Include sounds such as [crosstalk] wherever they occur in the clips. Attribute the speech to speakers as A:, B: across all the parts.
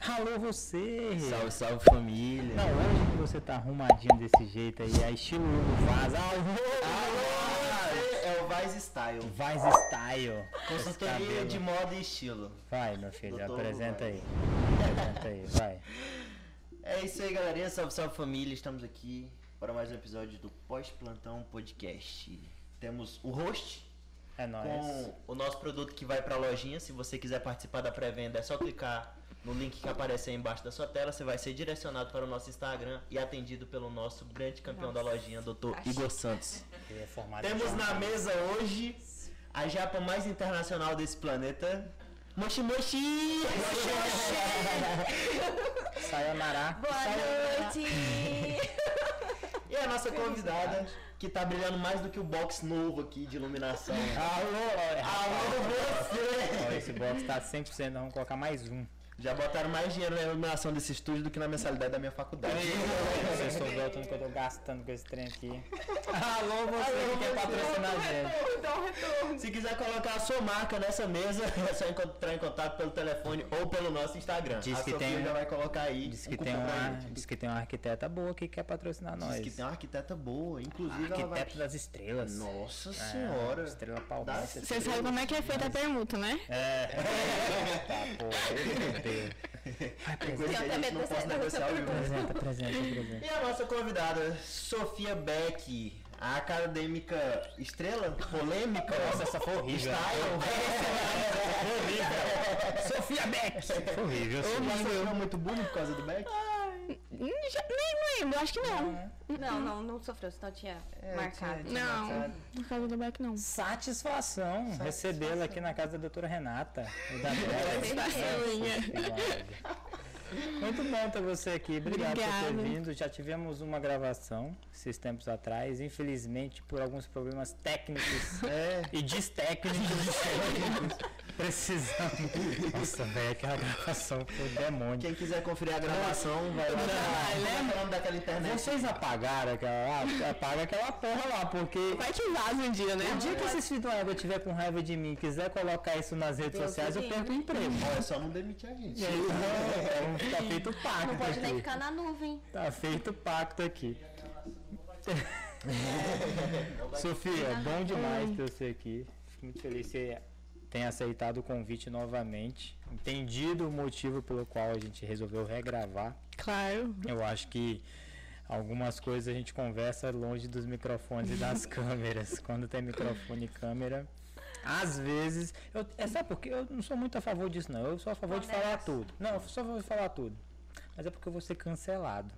A: Alô, você!
B: Salve, salve família.
A: Não, hoje que você tá arrumadinho desse jeito aí, a estilo Hugo Vaz. Alô!
B: É o Vice Style. Um
A: Vaz Style.
B: Consultoria
A: Esse
B: de
A: cabelo.
B: moda e estilo.
A: Vai, meu filho,
B: Doutor
A: apresenta
B: Hugo
A: aí. Apresenta aí, vai.
B: É isso aí, galerinha. Salve, salve família. Estamos aqui para mais um episódio do Pós-Plantão Podcast. Temos o host
A: É nóis.
B: com o nosso produto que vai para a lojinha. Se você quiser participar da pré-venda, é só clicar no link que aparece aí embaixo da sua tela. Você vai ser direcionado para o nosso Instagram e atendido pelo nosso grande campeão da lojinha, Dr. Igor Santos.
A: Ele é formado em
B: Temos na
A: jornalismo.
B: mesa hoje a japa mais internacional desse planeta. Moshi Moshi!
A: Sayonara.
C: Boa noite!
B: E a nossa convidada, que tá brilhando mais do que o box novo aqui
A: [laughs]
B: de iluminação.
A: Ah,
B: Ah,
A: Alô!
B: Alô,
A: Ó,
B: você!
A: Esse box tá 100%, nós vamos colocar mais um.
B: Já botaram mais dinheiro na iluminação desse estúdio do que na mensalidade da minha faculdade.
A: Se vocês souberem o tanto que eu tô gastando com esse trem aqui. Alô, você que quer patrocinar a gente.
C: Dá um retorno!
B: Se quiser colocar a sua marca nessa mesa, [laughs] é só entrar em contato pelo telefone ou pelo nosso Instagram.
A: Diz
B: a
A: que
B: Sofia
A: tem-
B: já vai colocar aí.
A: Diz
B: um
A: que, tem
B: cupom pra
A: uma,
B: gente.
A: diz que tem uma arquiteta boa que quer patrocinar nós.
B: Diz que tem uma arquiteta boa, inclusive ela vai...
A: Arquiteto das estrelas.
B: Nossa
A: É,
B: senhora.
A: Estrela palmista.
B: Das-
C: Você sabe como é que é feita a permuta, né?
A: [laughs] É. tá, porra. Vai,
B: Coisa
A: presente.
B: que a gente não pode negociar ao vivo.
A: Apresenta, apresenta, apresenta.
B: E a nossa convidada, Sofia Beck, a acadêmica estrela polêmica.
A: Nossa, essa foi horrível. Sofia Beck! Foi horrível.
B: Você ficou muito bullying por causa do Beck?
C: Hum, já- Nem lembro, acho que não.
D: Não, não, não sofreu, senão tinha
C: É,
D: marcado.
B: tinha-
C: Não,
B: Engraçado.
C: por causa do Beck, não.
A: Satisfação, recebê-la aqui na casa da doutora Renata. E [laughs] da Bela. Muito bom ter você aqui. Obrigado por ter
C: Obrigada.
A: vindo. Já tivemos uma gravação esses tempos atrás. Infelizmente, por alguns problemas técnicos
B: É.
A: [laughs] e destécnicos,
B: [laughs]
A: precisamos. Nossa, velho, aquela gravação foi um demônio.
B: Quem quiser conferir a gravação, vai lá. Vai lá, falando daquela internet.
A: Vocês apagaram aquela lá? Apaga aquela porra lá, porque.
C: Vai que vaza um dia, né?
A: O dia que esses filhos da égua tiver com raiva de mim e quiser colocar isso nas redes
D: Deus
A: sociais, eu
D: me
A: perco o emprego.
B: Olha, é só não demitir a gente.
A: Então, tá feito o pacto.
D: Não pode nem
A: aqui.
D: ficar na nuvem.
A: Tá feito o pacto aqui. Sofia, é bom demais ter você aqui. Fico muito feliz que você tenha aceitado o convite novamente. Entendido o motivo pelo qual a gente resolveu regravar.
C: Claro.
A: Eu acho que algumas coisas a gente conversa longe dos microfones e das câmeras. Quando tem microfone e câmera, às vezes. Eu, é sabe porque eu não sou muito a favor disso, não. Eu sou a favor de falar
D: Conversa.
A: tudo. Não, eu só vou falar tudo. Mas é porque eu vou ser cancelado.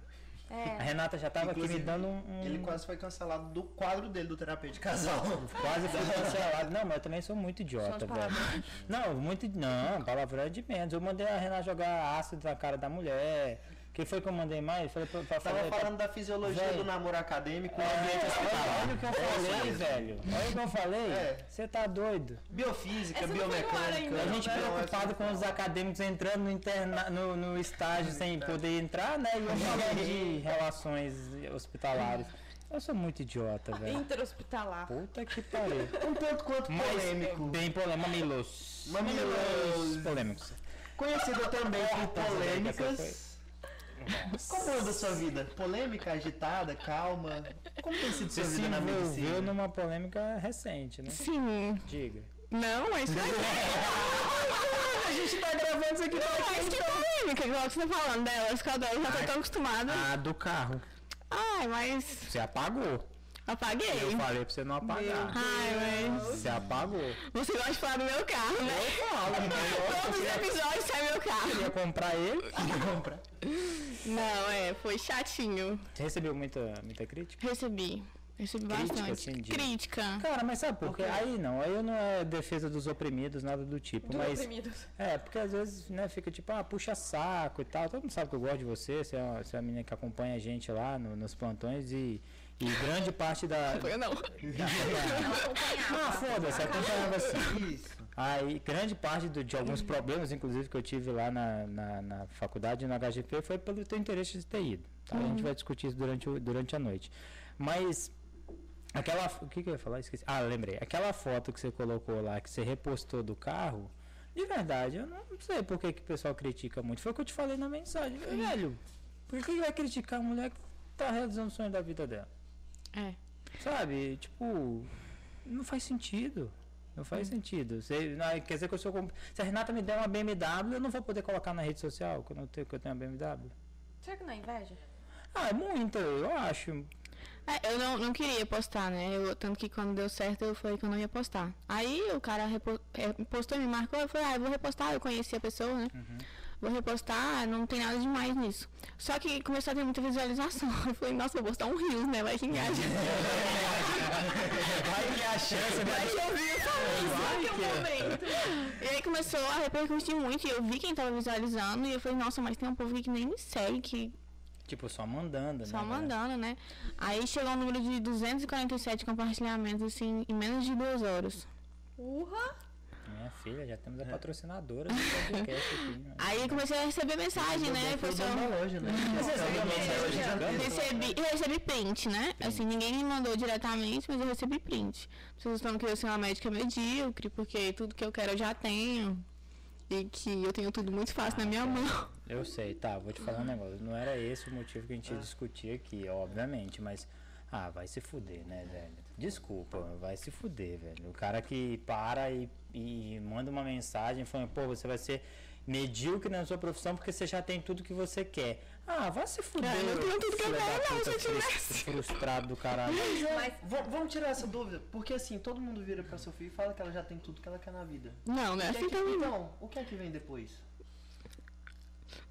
A: A
D: É.
A: Renata já tava aqui
B: Inclusive,
A: me dando um. um-
B: Ele quase foi cancelado do quadro dele, do terapeuta de casal. [laughs]
A: Quase fui cancelado. Não, mas eu também sou muito idiota,
D: Só de
A: [laughs] velho. Não, muito. Não, palavrão é de menos. Eu mandei a Renata jogar ácido na cara da mulher. Quem foi que eu mandei mais? Falei pra, pra
B: Tava
A: falar-
B: falando da fisiologia
A: Véi. É,
B: do namoro acadêmico.
A: Olha,
B: ambiente hospitalar.
A: olha o que eu
B: É isso
A: falei,
B: mesmo.
A: velho. Olha o que eu falei.
B: É.
A: Você tá doido.
B: Biofísica,
D: Essa não foi no ar
B: biomecânica.
D: ainda,
A: A gente
B: Não,
A: preocupado
B: essa-
A: com os acadêmicos entrando no, interna- no- no estágio sem poder entrar, né?
B: [laughs]
A: E eu falando de relações hospitalares. Eu sou muito idiota, velho.
C: Interhospitalar.
A: Puta que pariu.
B: Um tanto quanto
A: Mas,
B: polêmico.
A: Bem polêmico. Mamilos.
B: Mamilos.
A: Polêmicos.
B: Conhecida também por
A: Corta essa daí né, que essa
B: polêmicas. Como anda a sua vida? Polêmica, agitada, calma? Como tem sido sua
A: Você se
B: vida na
A: envolveu
B: medicina?
A: numa polêmica recente, né?
C: Sim.
A: Diga.
C: Não, é mas não
A: [laughs] A gente tá gravando isso aqui
C: Não, mas que é polêmica, igual você tá falando delas, que eu adoro, já tô tão acostumada.
A: Ah, do carro.
C: Ai, mas
A: Você apagou.
C: apaguei.
A: Eu falei pra você não apagar.
C: Ai, mas
A: Você apagou.
C: você gosta de falar do meu carro, né?
A: um
C: Todos os episódios sai meu carro.
A: Ia comprar ele. Ah,
B: [laughs] Compra.
C: Não, é, foi chatinho.
A: Você recebeu muita, muita crítica?
C: Recebi. Recebi
A: Crítica,
C: bastante.
A: assim, de-
C: Crítica.
A: Cara, mas sabe por quê? Aí não, aí eu não é defesa dos oprimidos, nada do tipo. mas É, porque às vezes, né, fica tipo, ah, puxa saco e tal. Todo mundo sabe que eu gosto de você, você é uma, você é uma menina que acompanha a gente lá no- nos plantões e, e grande parte da.
C: Foi eu não.
D: Não acompanhava.
A: Ah, foda-se, acompanhava assim.
B: [laughs] Isso.
A: Aí, grande parte do- de alguns problemas, inclusive, que eu tive lá na, na, na faculdade, no HGP, foi pelo teu interesse de ter ido. tá? A gente vai discutir isso durante, o- durante a noite. Mas, aquela. fo- O que, que eu ia falar? Esqueci. Ah, lembrei. Aquela foto que você colocou lá, que você repostou do carro, De verdade, eu não sei por que, que o pessoal critica muito. Foi o que eu te falei na mensagem. Velho, por que que vai criticar a mulher que tá realizando o sonho da vida dela?
C: É.
A: Sabe? Tipo, não faz sentido. Não
C: Hum.
A: faz sentido. Você- não, quer dizer que eu sou. com- Se a Renata me der uma BMW, eu não vou poder colocar na rede social quando eu tenho, que eu tenho uma BMW?
D: Será que não é inveja?
A: Ah, é muita, eu acho.
C: É, eu não, não queria postar, né? Eu- tanto que quando deu certo eu falei que eu não ia postar. Aí o cara repo- eh, postou, me marcou, eu falei, ah, eu vou repostar, eu conheci a pessoa, né?
A: Uhum.
C: Vou repostar, não tem nada demais nisso. Só que começou a ter muita visualização. [laughs] Eu falei, nossa, vou postar um rios, né? Vai que
A: [laughs]
C: [laughs] engaja.
E: Vai que
B: é
E: a chance
C: Vai que eu vi essa música. um
A: Vai que é.
C: E aí começou a repercutir muito, e eu vi quem tava visualizando, e eu falei, nossa, mas tem um povo aqui que nem me segue, que
A: Tipo, só mandando,
C: Só
A: né? galera?
C: mandando, né? Aí chegou um número de 247 compartilhamentos, assim, em menos de duas horas.
D: Urra!
A: Minha filha, já temos a patrocinadora do podcast aqui. né?
C: Aí comecei É. [laughs] a receber mensagem, né? Pessoal,
E: hoje, né?
C: recebi, eu recebi print, né? Assim, ninguém me mandou diretamente, mas eu recebi print. As pessoas falando que eu sou uma médica medíocre, porque tudo que eu quero eu já tenho. E que eu tenho tudo muito fácil na minha mão.
A: Eu sei, tá, vou te falar um negócio. Não era esse o motivo que a gente ia discutir aqui, obviamente, mas. Ah, vai se fuder, né, velho? Desculpa, vai se fuder, velho. O cara que para e, e manda uma mensagem falando, pô, você vai ser medíocre na sua profissão porque você já tem tudo que você quer. Ah, vai se fuder.
C: Ah, eu não tenho tudo que eu
A: filho da
C: quero, não,
A: puta
C: se eu
A: frus-
C: tivesse.
A: Frustrado do caralho.
D: Mas
E: V- vamos tirar essa dúvida, porque assim, todo mundo vira pra Sofia e fala que ela já tem tudo que ela quer na vida.
C: Não, né?
E: O que é
C: Assim
E: que-
C: também não.
E: então, o que é que vem depois?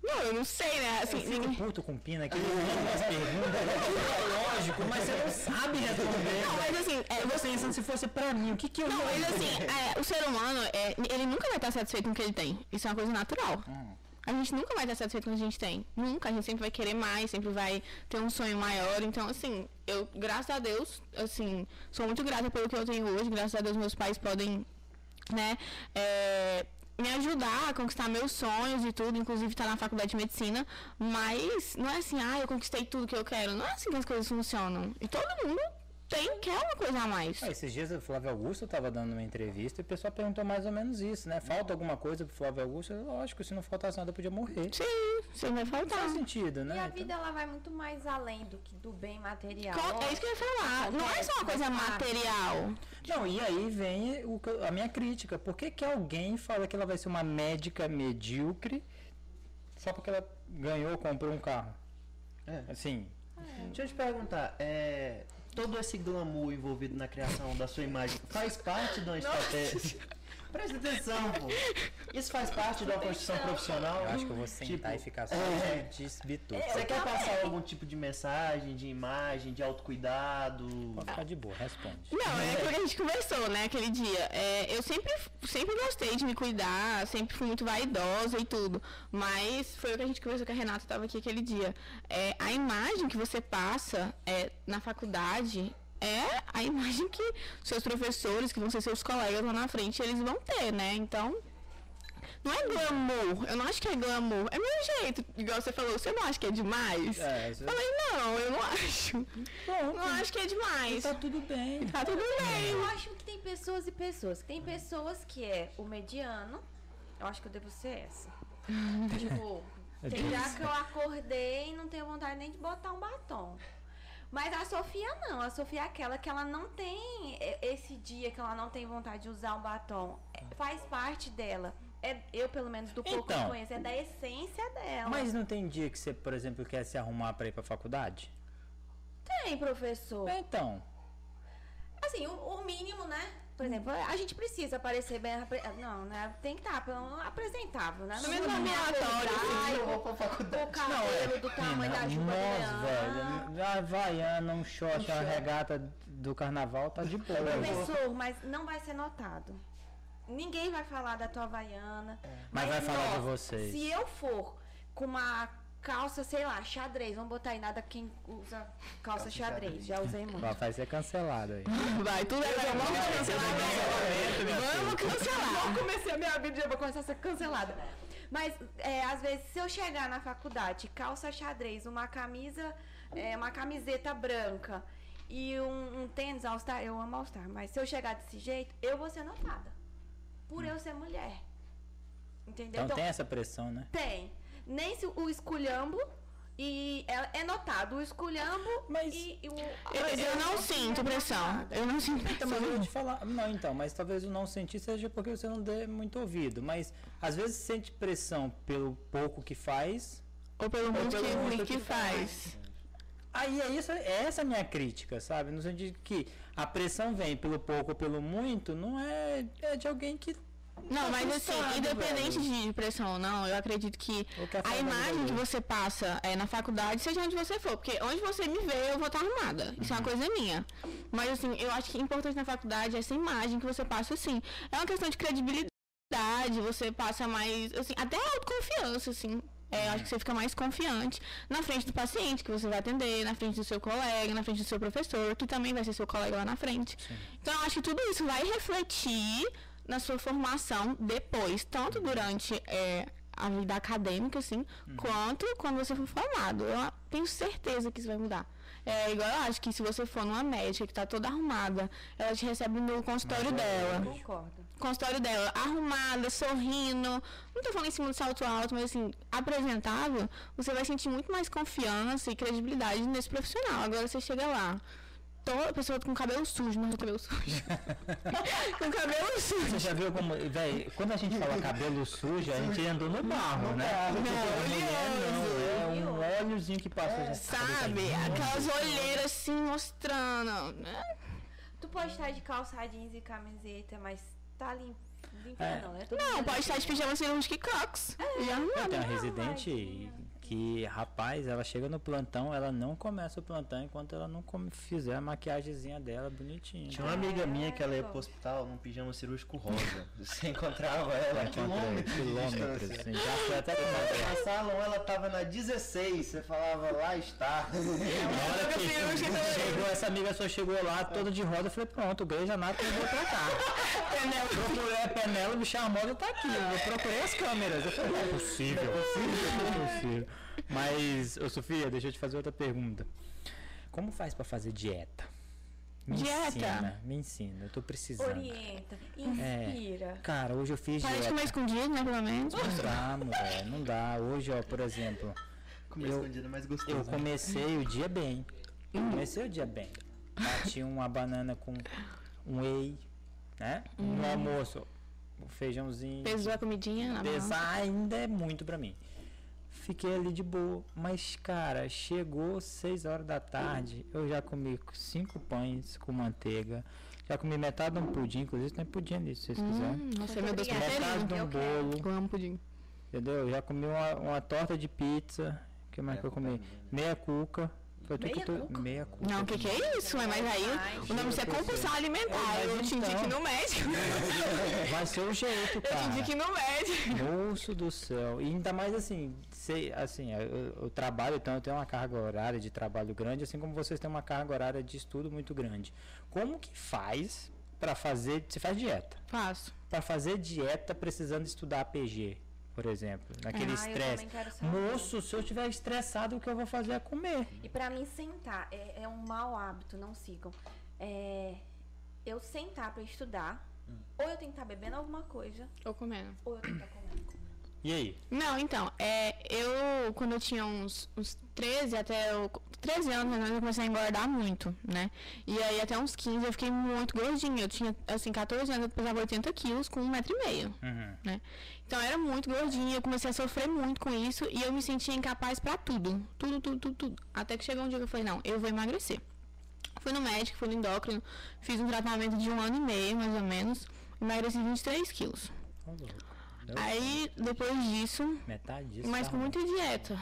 C: Não, eu não sei, né? Assim,
A: Eu fico
C: ninguém...
A: puto com pina
C: [laughs]
A: que ele manda as perguntas. É lógico, mas você não sabe responder.
C: Não, mas assim, é,
A: Você pensando se fosse pra mim, o que que eu
C: Não, mas assim, é, o ser humano, é, ele nunca vai estar satisfeito com o que ele tem. Isso é uma coisa natural.
A: Hum.
C: A gente nunca vai estar satisfeito com o que a gente tem. Nunca. A gente sempre vai querer mais, sempre vai ter um sonho maior. Então, assim, eu, graças a Deus, assim, sou muito grata pelo que eu tenho hoje. Graças a Deus, meus pais podem, né, é, me ajudar a conquistar meus sonhos e tudo. Inclusive, tá na faculdade de medicina. Mas não é assim, ah, eu conquistei tudo que eu quero. Não é assim que as coisas funcionam. E todo mundo tem, quer uma coisa a mais.
A: Ah, esses dias o Flávio Augusto estava dando uma entrevista e o pessoal perguntou mais ou menos isso, né? Falta alguma coisa pro Flávio Augusto? Eu, Lógico, se não faltasse nada, eu podia morrer.
C: Sim, você vai
A: Não
C: faltar.
A: faz sentido, né?
D: e a
A: Então,
D: vida ela vai muito mais além do que do bem material.
C: Qual- é isso que eu ia falar. Não é só uma coisa material.
A: Então, Não, e aí vem o que eu- a minha crítica. Por que, que alguém fala que ela vai ser uma médica medíocre só porque ela ganhou ou comprou um carro?
E: É.
A: Assim,
E: Deixa eu te perguntar, é, todo esse glamour envolvido na criação da sua imagem faz parte de uma estratégia? Presta atenção, pô. Isso faz parte de uma construção profissional?
A: eu acho que eu vou sentar
E: Tipo,
A: e ficar só
E: é.
A: de desbituca.
E: Você quer passar algum tipo de mensagem, de imagem, de autocuidado?
A: Pode ficar de boa, responde.
C: Não, é aquilo que a gente conversou, né, aquele dia. É, eu sempre, sempre gostei de me cuidar, sempre fui muito vaidosa e tudo. Mas foi o que a gente conversou que a Renata estava aqui aquele dia. É, a imagem que você passa é, na faculdade é a imagem que seus professores, que vão ser seus colegas lá na frente, eles vão ter, né? Então. Não é glamour, eu não acho que é glamour. É meu jeito, igual você falou, você não acha que é demais?
A: É, isso-
C: Falei, não, eu não acho.
A: Pronto.
C: Não acho que é demais.
A: Tá tudo bem.
C: Tá tudo bem.
D: Eu acho que tem pessoas e pessoas. Tem pessoas que é o mediano. Eu acho que eu devo ser essa. tipo, tem já que eu acordei e não tenho vontade nem de botar um batom. Mas a Sofia não. A Sofia é aquela que ela não tem é, esse dia que ela não tem vontade de usar um batom. É, Faz parte dela. É, eu, pelo menos, do pouco que
A: Então.
D: eu conheço, é da essência dela.
A: Mas não tem dia que você, por exemplo, quer se arrumar pra ir pra faculdade?
D: tem, professor.
A: É, então.
D: Assim, o, o mínimo, né? Por exemplo, a gente precisa aparecer bem. apre- Não, né? Tem que estar pelo menos apresentável, né?
A: Tá
C: Pelo menos no laboratório,
A: assim,
D: Ai,
A: tipo,
E: Eu vou pra
D: o
E: faculdade.
D: cabelo do
A: Tá,
D: tamanho da
A: Não,
D: juba
A: é. nós,
D: do
A: velho. né? A Havaiana, um short, uma regata do carnaval tá de [laughs] boa.
D: Professor, mas não vai ser notado. Ninguém vai falar da tua Havaiana.
A: É. Mas vai falar de
D: nós,
A: vocês.
D: Se eu for com uma calça, sei lá, xadrez, vamos botar aí nada quem usa calça,
E: Calça
D: xadrez.
E: xadrez.
D: Já usei muito.
A: Ela vai ser cancelada aí.
C: Vai, tudo é glamour. Vamos cancelar né? agora. Vamos cancelar.
D: Eu comecei a minha vida, já vou começar a ser cancelada. Mas, é, às vezes, se eu chegar na faculdade, calça xadrez, uma camisa, é, uma camiseta branca e um, um tênis All-Star, eu amo All-Star, mas se eu chegar desse jeito, eu vou ser notada. Por eu ser mulher. Entendeu?
A: Então tem essa pressão, né?
D: tem. Nem se o esculhambo e é, é notado o esculhambo
A: Mas-
D: e, e o.
C: Eu, eu não sinto pressão. Eu não sinto
A: Então,
C: pressão.
A: mas eu vou te falar. é. Não, então, mas talvez o não sentir seja porque você não dê muito ouvido. Mas às vezes sente pressão pelo pouco que faz.
C: Ou pelo muito
A: pelo muito
C: que, que
A: que
C: faz.
A: Aí é isso, é essa a minha crítica, sabe? No sentido que a pressão vem pelo pouco ou pelo muito, não é, é de alguém que.
C: Não,
A: tá
C: mas assim,
A: assustado,
C: independente
A: velho.
C: de pressão ou não, eu acredito que
A: Ou que a
C: a
A: faculdade
C: imagem que
A: valeu.
C: você passa é, na faculdade, seja onde você for, porque onde você me vê, eu vou estar arrumada. Isso é
A: Uhum.
C: uma coisa minha. Mas assim, eu acho que importante na faculdade é essa imagem que você passa, assim. É uma questão de credibilidade, você passa mais, assim, até autoconfiança, assim. É, eu acho que você fica mais confiante na frente do paciente que você vai atender, na frente do seu colega, na frente do seu professor, que também vai ser seu colega lá na frente. Então, eu acho que tudo isso vai refletir na sua formação depois, tanto durante é, a vida acadêmica, assim,
A: Uhum.
C: quanto quando você for formado. Eu a- tenho certeza que isso vai mudar. É igual eu acho que se você for numa médica que tá toda arrumada, ela te recebe no consultório
A: Mas é-
C: dela.
D: Concordo.
C: Consultório dela, arrumada, sorrindo. Não tô falando em cima do salto alto, mas assim, apresentável, você vai sentir muito mais confiança e credibilidade nesse profissional. Agora você chega lá. Toda pessoa com cabelo sujo, mas cabelo sujo. [laughs] com cabelo sujo.
A: Você já viu como. Véi, quando a gente fala cabelo sujo, a gente andou no barro, né?
C: Não,
A: Mulher não, é um óleozinho que passa. gente.
C: Sabe? Aquelas olheiras assim mostrando. né?
D: Tu pode estar de calça jeans e camiseta, mas tá limpo. Limpa
A: É.
D: não, né?
C: Não, pode estar de pijama cirúrgico e cox. E
A: Eu
C: arrumada.
A: tenho uma residente que, rapaz, ela chega no plantão, ela não começa o plantão enquanto ela não come- fizer a maquiagemzinha dela bonitinha.
E: Tinha uma amiga minha que ela ia pro
D: Caraca.
E: hospital num pijama cirúrgico
A: [laughs]
E: rosa. Você encontrava ela a quilômetros. de
A: Quilômetros,
E: distância.
A: assim, já foi até com-
B: Na sala, ela tava na 16, você falava
A: [laughs]
B: lá está.
A: Na hora
C: Pijama cirúrgico e
A: que chegou, essa amiga só chegou lá toda de roda, eu falei, pronto, o Grey's Anatomy eu vou pra cá. Procurei a Penélope, me chamou, eu tá aqui, eu procurei as câmeras. Eu falei, não é possível, não é possível, não é possível. Mas, ô Sofia, deixa eu te fazer outra pergunta. Como faz pra fazer dieta? Me
C: Dieta?
A: ensina, me ensina, eu tô precisando.
D: Orienta, inspira.
A: Cara, hoje eu fiz
C: Para de
A: dieta.
C: comer escondido, né? Pelo menos.
A: Não dá, mulher, não dá. Hoje, ó, por exemplo,
E: Comida
A: Eu-
E: escondida mais gostosa.
A: eu
B: né?
A: comecei o dia bem.
D: Uhum.
A: Comecei o dia bem. Bati uma banana com um whey, né?
D: Uhum.
A: No almoço, um feijãozinho.
C: Pesou a comidinha na mão.
A: Pesar ainda é muito pra mim. Fiquei ali de boa, mas cara, chegou 6 horas da tarde, eu já comi cinco pães com manteiga, já comi metade de um pudim, inclusive tem pudim ali, se vocês quiserem.
C: Hum, Nossa, meu Deus,
D: Obrigada.
A: Metade
C: preferido.
A: de um
D: É eu quero.
A: bolo.
C: Eu amo pudim.
A: Entendeu? Já comi uma, uma torta de pizza. O que mais que eu comi? Meia cuca. Foi tudo que eu
D: Meia
A: tô...
D: cuca?
A: Meia cuca.
C: Não, o que, que é isso? Mas aí o nome disso é compulsão alimentar.
A: Mas
C: Eu te indico
A: então.
C: no médico.
A: [laughs]
C: [laughs]
A: Vai ser o jeito,
C: Eu te
A: cara.
C: indico no médico.
A: Moço do céu. E ainda mais assim, sei, assim, eu, eu trabalho, então eu tenho uma carga horária de trabalho grande, assim como vocês têm uma carga horária de estudo muito grande. Como que faz pra fazer. Você faz dieta.
C: Faço.
A: Pra fazer dieta precisando estudar APG, por exemplo. Naquele
D: Ah, eu
A: estresse.
D: também quero saber.
A: Moço, se eu estiver estressado, o que eu vou fazer é comer.
D: E pra mim, sentar é, é um mau hábito, não sigam. É, eu sentar pra estudar,
A: Hum.
D: ou eu tenho que estar bebendo alguma coisa,
C: Ou comendo.
D: ou eu tenho que estar comendo.
A: E aí?
C: Não, então, é, eu, quando eu tinha uns, uns 13 até eu, 13 anos, mais ou menos, eu comecei a engordar muito, né? E aí, até uns 15, eu fiquei muito gordinha. Eu tinha, assim, 14 anos, eu pesava 80 quilos com 1,5m,
A: Uhum.
C: né? Então, eu era muito gordinha, eu comecei a sofrer muito com isso e eu me sentia incapaz pra tudo. Tudo, tudo, tudo, tudo. Até que chegou um dia que eu falei, não, eu vou emagrecer. Fui no médico, fui no endócrino, fiz um tratamento de um ano e meio, mais ou menos. Emagreci 23 quilos.
A: Ô, louco.
C: Aí, depois disso,
A: Metade disso.
C: mas
A: tá
C: com
A: ruim.
C: muita dieta.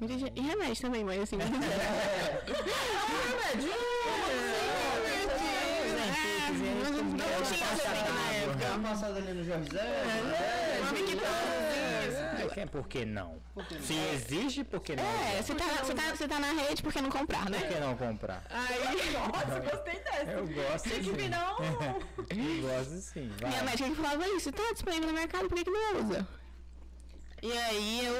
C: Muita dieta. E remédio também, mas [laughs] assim, é muita Não É, tinha remédio na
B: Dá
C: época.
B: uma passada ali no Jorge Zé. né?
A: né?
C: Uma mictose.
A: É, quem- Por que não? Se exige, por que não?
C: É, você tá, você, tá, você tá na rede porque não comprar,
A: Por
C: né?
A: que não comprar?
C: Aí,
D: [laughs] Nossa, gostei dessa.
A: Eu gosto
D: Tem que
A: sim.
D: virar um.
A: Eu [laughs] gosto sim. Vai.
C: minha médica que falava isso, tá disponível no mercado, por que, que não usa? E aí eu,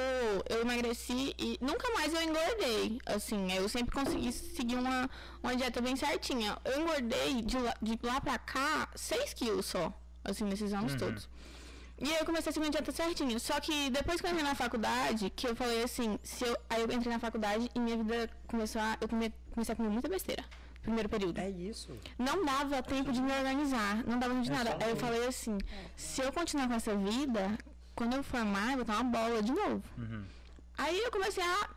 C: eu emagreci e nunca mais eu engordei. Assim, eu sempre consegui seguir uma, uma dieta bem certinha. Eu engordei de lá, de lá pra cá 6 quilos só, assim, nesses anos todos. E aí eu comecei a seguir uma dieta certinho. Só que depois que eu entrei na faculdade, que eu falei assim, se eu, aí eu entrei na faculdade e minha vida começou a. Eu come, comecei a comer muita besteira. no Primeiro período.
A: É isso.
C: Não dava tempo de me organizar, não dava tempo de nada. Aí eu falei assim, se eu continuar com essa vida, quando eu formar, eu vou dar uma bola de novo. Aí eu comecei a,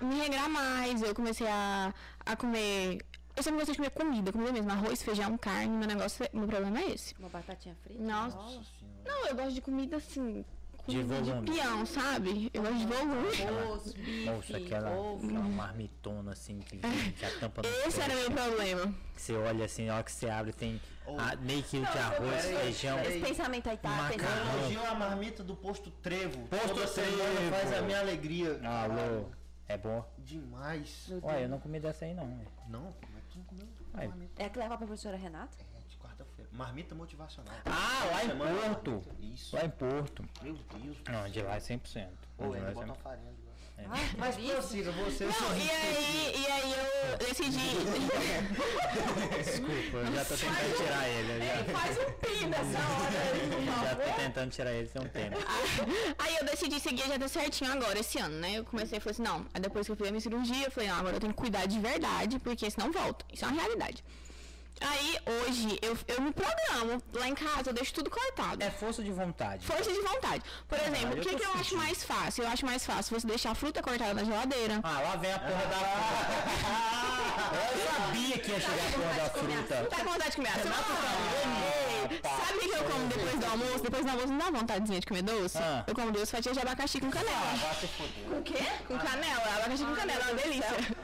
C: a me regrar mais, eu comecei a, a comer. Eu sempre gostei de comer comida, comida mesmo, arroz, feijão, carne, meu negócio, é- meu problema é esse.
D: Uma batatinha frita?
C: Nossa.
D: rola.
C: Não, eu gosto de comida assim.
A: De
C: comida
A: volume.
C: peão, sabe? Eu gosto de volume.
D: Osso, bife,
A: Nossa, aquela,
D: ovo.
A: aquela marmitona assim que, vem, que a tampa não
C: Esse era
A: fecha.
C: meu problema.
A: Que Você olha assim, ó, que você abre, tem ah, meio quilo de arroz,
B: peraí,
A: feijão.
B: peraí.
D: Esse pensamento aí tá,
A: Macarrão.
D: pensamento.
B: Elogio a marmita do posto Trevo.
A: Posto
B: Toda semana
A: Trevo.
B: faz a minha alegria.
A: Ah, Alô,
B: Caralho,
A: é bom?
B: Demais.
A: Olha, eu não comi dessa aí não. velho.
B: Não, como é que tu não comeu
A: Ai.
B: marmita?
D: É que leva pra professora Renata?
B: É de quarta-feira. Marmita motivacional.
A: Ah, lá em
B: Semana da
A: Porto.
B: marmita. Isso.
A: Lá em Porto.
B: Meu Deus. do
A: Não, de
B: céu.
A: lá é 100%.
B: Ou
A: de lá
B: ainda
A: é
B: bota uma
A: 100%.
B: farinha de lá.
D: Ah,
B: Mas
D: bife.
B: prossiga, você. eu sou
C: Não, e
B: rico.
C: aí, e aí eu decidi.
A: Desculpa, eu já tô tentando tirar ele. eu
C: é
A: já-
D: faz um pi nessa
A: [laughs] Já
D: hora.
A: tô tentando tirar ele tem um [laughs] tempo.
C: Aí eu decidi seguir a dieta certinho agora, esse ano, né? Eu comecei e falei assim, não. Aí depois que eu fiz a minha cirurgia, eu falei, não, agora eu tenho que cuidar de verdade, porque senão volta. Isso é uma realidade. Aí, hoje, eu, eu me programo. Lá em casa, eu deixo tudo cortado.
A: É força de vontade.
C: Força de vontade. Por exemplo,
A: eu
C: o que,
A: tô
C: que eu acho
A: sentindo.
C: mais fácil? Eu acho mais fácil você deixar a fruta cortada na geladeira.
A: Ah, lá vem a porra [laughs] da fruta. Eu sabia que ia chegar a porra da fruta.
C: Tá com vontade de comer açúcar? Ei, Sabe o que eu como depois do almoço? Depois do almoço não dá vontadezinha de comer doce?
A: Ah.
C: Eu como duas fatias de abacaxi com canela.
B: Vai se foder.
C: Com o quê? Com canela. Abacaxi com canela, é uma delícia. [laughs]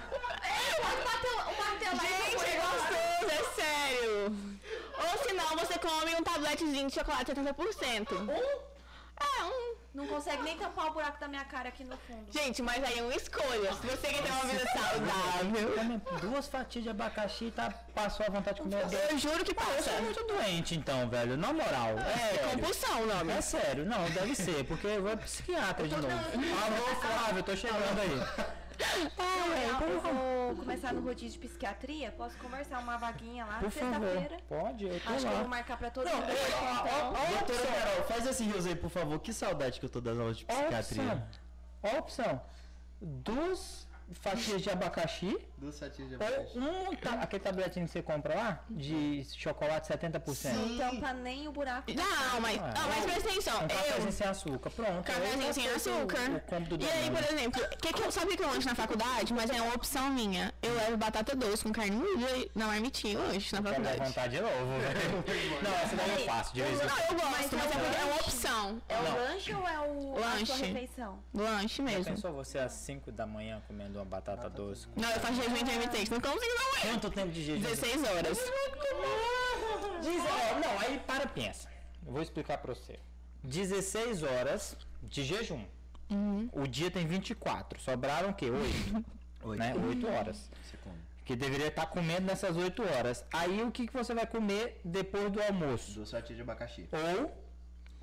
D: O martelo
C: Gente, é gostoso, é sério. Ou se não, você come um tabletezinho de chocolate 70%. Um? É, um.
D: Não consegue nem tampar o buraco da minha cara aqui no fundo.
C: Gente, mas aí é uma escolha. Se você quer ter uma vida saudável.
A: Come duas fatias de abacaxi e tá, passou a vontade de comer.
C: [laughs] Eu juro
A: Você
C: que passa.
A: é muito doente então, velho. Na moral. É,
C: É
A: sério.
C: compulsão, não.
A: É sério, não, deve ser, porque eu vou pro psiquiatra de novo. Alô, Flávio, tô chegando aí.
D: Eu, eu vou começar no rodízio de psiquiatria. Posso conversar uma vaguinha lá
A: Por
D: sexta-feira?
A: favor. Pode, eu tô
D: Acho que é eu vou
A: lá.
D: marcar pra todo mundo. então.
A: Olha
E: Doutora Carol, faz esse rios aí, por favor. Que saudade que eu tô das aulas de
A: a
E: psiquiatria.
A: opção. Olha a opção. Duas fatias de abacaxi
B: Duas fatias de abacaxi.
A: ou um ta- aquele tabletinho que você compra lá de chocolate 70%.
B: Sim.
D: Não tampa nem o buraco.
C: Não, mas, não, mas presta atenção.
A: Um cafezinho
C: Eu,
A: sem açúcar, pronto.
C: Ah, é. Um cafezinho sem
A: Eu
C: açúcar.
A: compro do
C: E aí,
A: Danone.
C: por exemplo, que que eu, sabe o que eu lanche na faculdade? Mas é uma opção minha. Eu levo batata doce com carne moída e- na marmitinha lanche na
A: Pra dar
C: faculdade.
A: vontade de novo, velho. Não, essa daí eu faço, de vez em
C: Não, eu gosto, mas é, porque é uma
D: lanche?
C: opção.
D: É o
A: Não.
D: lanche ou é o a sua
C: Lanche.
D: refeição?
C: Lanche
A: quando.
C: mesmo.
A: Pensou você às 5 da manhã comendo uma batata doce? com
C: Não, eu faço jejum intermitente. Não consigo não é.
A: Quanto tempo de jejum? [laughs]
C: 16 horas.
A: Dez- ó, não, aí para, pensa. Eu vou explicar pra você. 16 horas de jejum. O dia tem 24. Sobraram o quê? [laughs] 8.
E: Oito.
A: Né? 8 horas.
E: Você come
A: Que deveria estar comendo nessas 8 horas. Aí o que, que você vai comer depois do almoço?
B: Duas fatias de abacaxi.
A: Ou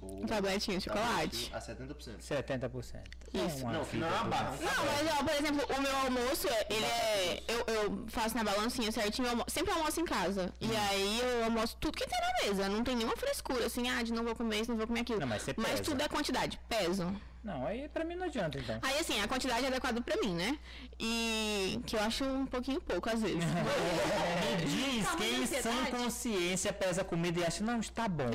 B: Ou
C: Um tabletinho de chocolate.
B: A 70%.
A: 70%.
C: Isso.
A: Uma
B: Não,
A: fita
B: não é uma
A: do-
B: barra.
C: Não, mas ó, por exemplo, o meu almoço, é- ele é. Eu, eu faço na balancinha certinho, eu almo- sempre almoço em casa. E
A: Hum.
C: aí eu almoço tudo que tem na mesa. Não tem nenhuma frescura, assim, ah, de não vou comer isso, não vou comer aquilo.
A: Não, mas você pesa.
C: tudo é quantidade, peso.
A: Não, aí pra mim não adianta então.
C: Aí assim, a quantidade é adequada pra mim, né? E que eu acho um pouquinho pouco, às
A: [laughs]
C: vezes.
A: [laughs] Me diz
D: Tá muita
A: quem sem
D: ansiedade?
A: consciência pesa comida e acha, não, está bom.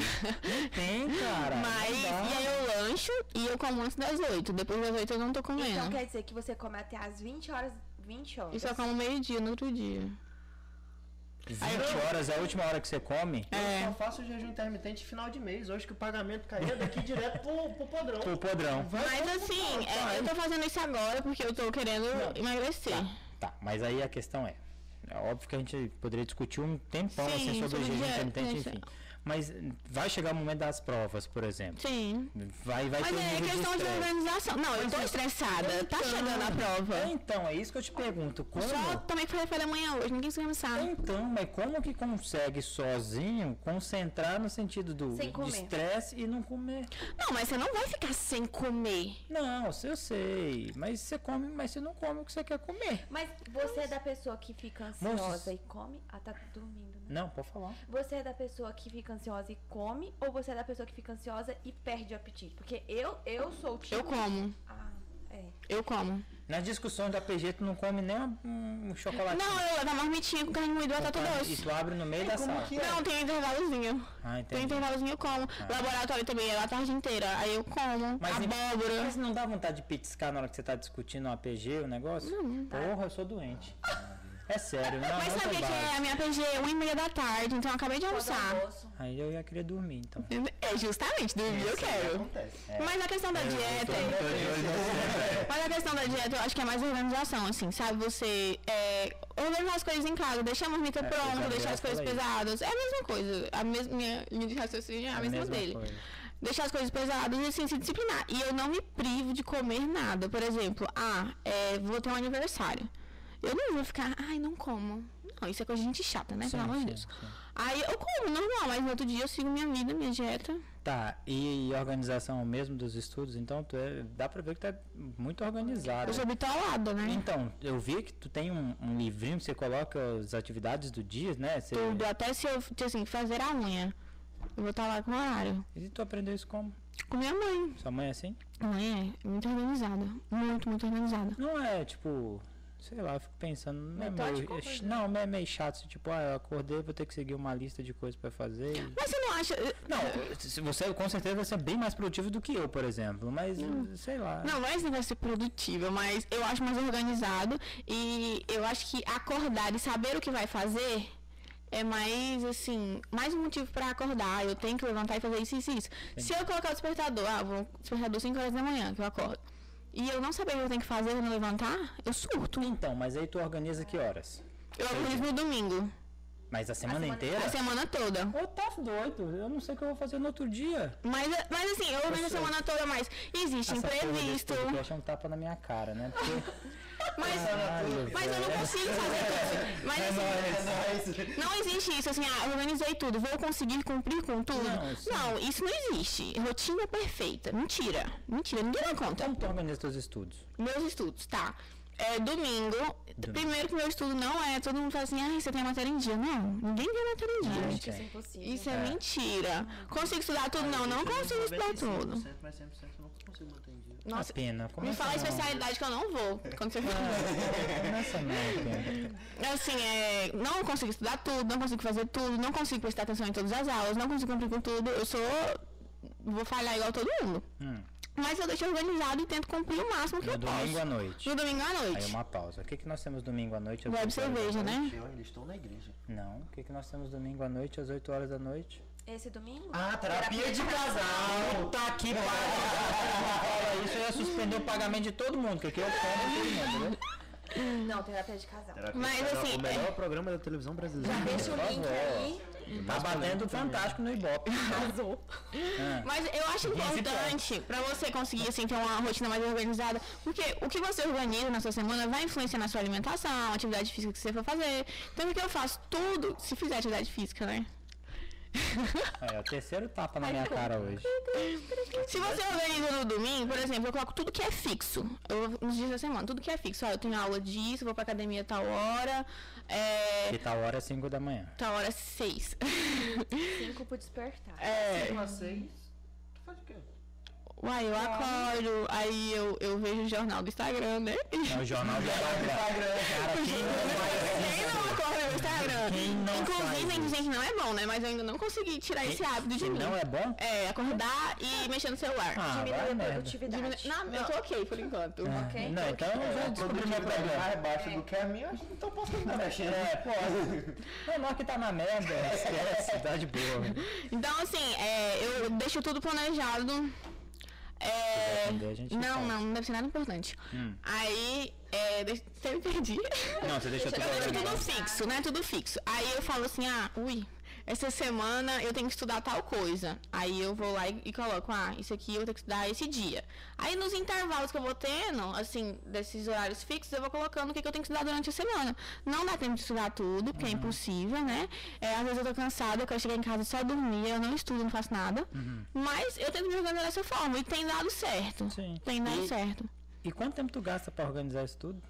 A: Não tem, cara. não
C: mas
A: dá.
C: e aí eu lancho e eu como antes das 8. Depois das 8 eu não tô comendo.
D: Então quer dizer que você come até às 20 horas. 20 horas.
C: E só como meio-dia no outro dia.
A: 20 horas é a última hora que você come?
B: Eu
C: É.
B: só faço jejum intermitente final de mês. Hoje que o pagamento caía daqui direto pro, pro podrão.
A: Pro é podrão.
C: Mas assim, é, eu tô fazendo isso agora porque eu tô querendo emagrecer.
A: Tá, mas aí a questão é. É óbvio que a gente poderia discutir um tempão
C: Sim,
A: assim, sobre
C: sobre é.
A: o jejum
C: dia-
A: intermitente,
C: dia-
A: enfim. Mas hum, vai chegar o momento das provas, por exemplo.
C: Sim.
A: Vai, vai
C: Mas
A: ter um
C: é
A: nível de
C: questão de,
A: estresse.
C: organização. Não, eu tô
A: Mas,
C: estressada. Tá chegando a
A: É,
C: prova.
A: Então, é isso que eu te pergunto. Como?
C: Só também que falei para amanhã hoje, ninguém se cansar.
A: Então, mas como que consegue sozinho concentrar no sentido do
D: Sem
A: de
D: comer.
A: estresse e não comer?
C: Não, mas você não vai ficar sem comer.
A: Não, se eu sei. Mas você come, mas você não come o que você quer comer.
D: Mas você é da pessoa que fica
A: Moças-
D: ansiosa e come? Ah, tá dormindo, né?
A: Não, pode falar.
D: Você é da pessoa que fica ansiosa e come, ou você é da pessoa que fica ansiosa e perde o apetite? Porque eu, eu sou o tipo.
C: Eu como,
D: Ah, é.
C: eu como.
A: Nas discussões da PG, tu não come nem uma- um chocolate.
C: Não, eu levo a marmitinha com carne moída até todo
A: E
C: doce. É
A: tu abre no meio da sala.
B: É,
C: Não, tem um intervalozinho.
A: Ah,
C: Tem
A: entendi. Ah.
C: intervalozinho, eu como. Laboratório também, é a tarde inteira. Aí eu como.
A: Mas em-
C: abóbora.
A: Mas não dá vontade de petiscar na hora que você tá discutindo um APG, o negócio? Porra, eu sou doente. É sério, não, não
C: [laughs] Mas sabia que é a minha PG é 1 e meia da tarde, então eu acabei de
D: Todo
C: almoçar.
D: almoço.
A: Aí eu ia querer dormir, então.
C: É justamente, dormir
A: é.
C: eu quero.
B: assim Acontece.
E: É,
B: É,
C: Mas a questão da dieta. é- [laughs] Mas a questão da dieta, eu acho que é mais organização, assim, sabe? Você é, organizar as coisas em casa, deixar a marmita pronta,
A: exato,
C: deixar as
A: É, eu ia
C: coisas pesadas. É a mesma coisa. A mes minha linha de raciocínio é [laughs] a,
A: É
C: mesma, dele.
A: coisa.
C: Deixar as coisas pesadas e assim, se disciplinar. E eu não me privo de comer nada. Por exemplo, ah, é, vou ter um aniversário. Eu não vou ficar, ai, não como. Não, isso é coisa de gente chata, né?
A: Sim,
C: Pelo amor de
A: sim,
C: Deus.
A: sim.
C: Aí eu como, normal, mas no outro dia eu sigo minha vida, minha dieta.
A: Tá, e organização mesmo dos estudos, então tu é, dá pra ver que tu é muito organizado.
C: Eu sou bitolada, né?
A: Então, eu vi que tu tem um, um livrinho que você coloca as atividades do dia, né? Você-
C: Tudo, até se eu, tipo assim, fazer a unha. Eu vou estar lá com o horário.
A: E tu aprendeu isso como?
C: Com minha mãe.
A: Sua mãe é assim?
C: Mãe é muito organizada. Muito, muito organizada.
A: Não é, tipo, sei lá, eu fico pensando, não é meio,
D: Metódico,
A: é
D: mas
A: ch- não, mas é meio chato, se, tipo, ah, eu acordei, vou ter que seguir uma lista de coisas pra fazer. e-
C: Mas você não acha.
A: Não, se você com certeza vai ser bem mais produtivo do que eu, por exemplo, mas sei lá.
C: Não, não é esse negócio de ser produtiva, mas eu acho mais organizado. E eu acho que acordar e saber o que vai fazer é mais, assim, mais um motivo pra acordar. Eu tenho que levantar e fazer isso, isso e isso. Se eu colocar o despertador, ah, vou despertador 5 horas da manhã que eu acordo. E eu não saber o que eu tenho que fazer, eu não levantar, eu surto.
A: Então, mas aí tu organiza que horas?
C: Eu organizo no domingo,
A: Mas a semana,
D: semana-
A: inteira?
C: a semana toda.
A: Eu tá doido, eu não sei o que eu vou fazer no outro dia.
C: Mas, mas assim, eu organizo a
A: sei.
C: semana toda, mas existe
A: Essa porra desse
C: imprevisto.
A: podcast é um tapa na minha cara, né? [laughs] Porque,
C: Mas,
A: Caralho, é
C: mas eu não
A: velho.
C: consigo fazer tudo. Mas assim,
A: é
C: não existe isso, assim, ah, organizei tudo, vou conseguir cumprir com tudo.
A: Não, sim.
C: Não, isso não existe. Rotina perfeita. Mentira. Mentira, ninguém dá conta.
A: como tu organiza teus estudos?
C: Meus estudos, tá. É domingo. Primeiro que meu estudo não é, todo mundo fala assim, ah, você tem a matéria em dia. Não, ninguém tem a matéria em dia.
D: Acho que
A: assim,
D: isso é impossível.
C: Isso é mentira. Consigo estudar tudo? Não, não consigo estudar tudo.
B: 95%, Mas 100% eu não consigo manter em dia.
A: A
C: Nossa,
A: pena. é Como é
C: me fala a
A: não?
C: especialidade que eu não vou. Quando [laughs] você
A: Começa não, é pena.
C: Assim, é, não consigo estudar tudo, não consigo fazer tudo, não consigo prestar atenção em todas as aulas, não consigo cumprir com tudo. Eu sou. Vou falhar igual todo mundo.
A: Hum.
C: Mas eu deixo organizado e tento cumprir o máximo que
A: No
C: eu
A: domingo à
C: posso.
A: noite.
C: No domingo à
A: Aí é
C: noite.
A: uma pausa. O que, que nós temos domingo à noite? às
C: Bebe
A: oito horas da
C: cerveja, né?
B: Eu ainda estou na igreja.
A: noite? Não. O que, que nós temos domingo à noite às 8 horas da noite?
D: Esse domingo?
B: Ah, terapia de casal.
A: Puta Ah, [laughs] que pariu! Fala isso, eu ia suspender o pagamento de todo mundo, que aqui eu como todo mundo,
D: Não, terapia de casal.
C: Mas, assim,
B: o melhor programa da televisão brasileira.
D: Deixa o link aí.
A: viu? Tá batendo fantástico no Ibope.
D: Arrasou.
A: Ah.
C: Mas eu acho importante pra você conseguir assim ter uma rotina mais organizada, porque o que você organiza na sua semana vai influenciar na sua alimentação, atividade física que você for fazer. Então o que eu faço tudo, se fizer atividade física, né? [laughs]
A: Aí, ó, É, terceiro tapa na minha cara hoje.
C: Se você organiza no domingo, por exemplo, eu coloco tudo que é fixo. Eu, nos dias da semana, tudo que é fixo. Ó, eu tenho aula disso, vou pra academia tal hora. É,
A: Que tá hora é 5 da manhã.
C: tal hora seis.
D: Cinco pro despertar.
C: [laughs] É,
B: Cinco a seis, tu faz o quê?
C: uai, eu acordo, aí eu, eu vejo o jornal do Instagram, né?
A: É o jornal do Instagram.
C: [laughs]
A: Cara, é quem não faz
C: Quem não
A: isso?
C: acorda no Instagram?
A: Quem não
C: Inclusive,
A: faz
C: tem
A: isso?
C: gente que não é bom, né? Mas eu ainda não consegui tirar esse hábito de
A: Se
C: mim.
A: não é bom?
C: É, acordar e mexer no celular.
A: Ah,
D: Diminui
A: vai
D: a
A: merda.
D: produtividade.
C: Não, eu tô ok por enquanto.
D: Ok?
A: Não, então eu já descobri meu
B: produtividade
A: problema.
B: mais baixa do que a minha, acho que então posso né? andar mexendo.
A: É, pode. Não, nós que tá na merda, [laughs] esquece, tá de boa. velho.
C: Então, assim, é, eu deixo tudo planejado.
A: Se
C: É,
A: vai vender, a gente
C: não,
A: fala.
C: não, não deve ser nada importante.
A: Hum.
C: Aí, é, deixa, até me perdi.
A: Não, você deixa
D: Eu
A: Tá tudo
C: Eu deixo
A: organizado.
C: tudo fixo, né? Tudo fixo. Aí eu falo assim, ah, ui, essa semana eu tenho que estudar tal coisa. Aí eu vou lá e, e coloco, ah, isso aqui eu tenho que estudar esse dia. Aí nos intervalos que eu vou tendo, assim, desses horários fixos, eu vou colocando o que, que eu tenho que estudar durante a semana. Não dá tempo de estudar tudo, porque é impossível, né? É, às vezes eu tô cansada, eu quero chegar em casa e só dormir, eu não estudo, não faço nada. Mas eu tento me organizar dessa forma. E tem dado certo.
A: Sim.
C: Tem dado
A: E-
C: certo.
A: E quanto tempo tu gasta pra organizar isso tudo?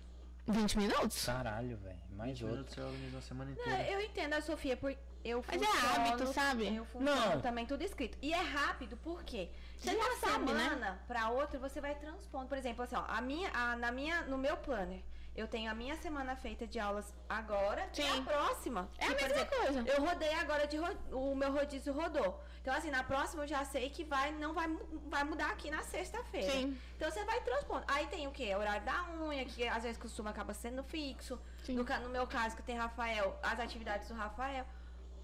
C: 20 minutos?
A: Caralho, velho. Mais outro.
B: Você organizou a semana
D: Não, é
B: inteira.
D: eu entendo a Sofia, porque eu
C: Mas é
D: funciono,
C: hábito, sabe?
D: Eu funciono
A: Não.
D: também tudo escrito. E é rápido, por quê?
C: Você
D: de
C: já
D: uma
C: sabe, né?
D: semana pra outra, você vai transpondo. Por exemplo, assim, ó, a minha, a- na minha, no meu planner, eu tenho a minha semana feita de aulas agora e a
C: Sim.
D: próxima.
C: É a
D: Que, por
C: mesma coisa.
D: Eu rodei agora de ro- o meu rodízio rodou. Então assim, na próxima eu já sei que vai não vai mu- vai mudar aqui na sexta-feira.
C: Sim.
D: Então você vai transpondo. Aí tem o quê? É Horário da unha, que às vezes costuma acaba sendo fixo.
C: Sim.
D: No, ca- no meu caso que tem Rafael, as atividades do Rafael.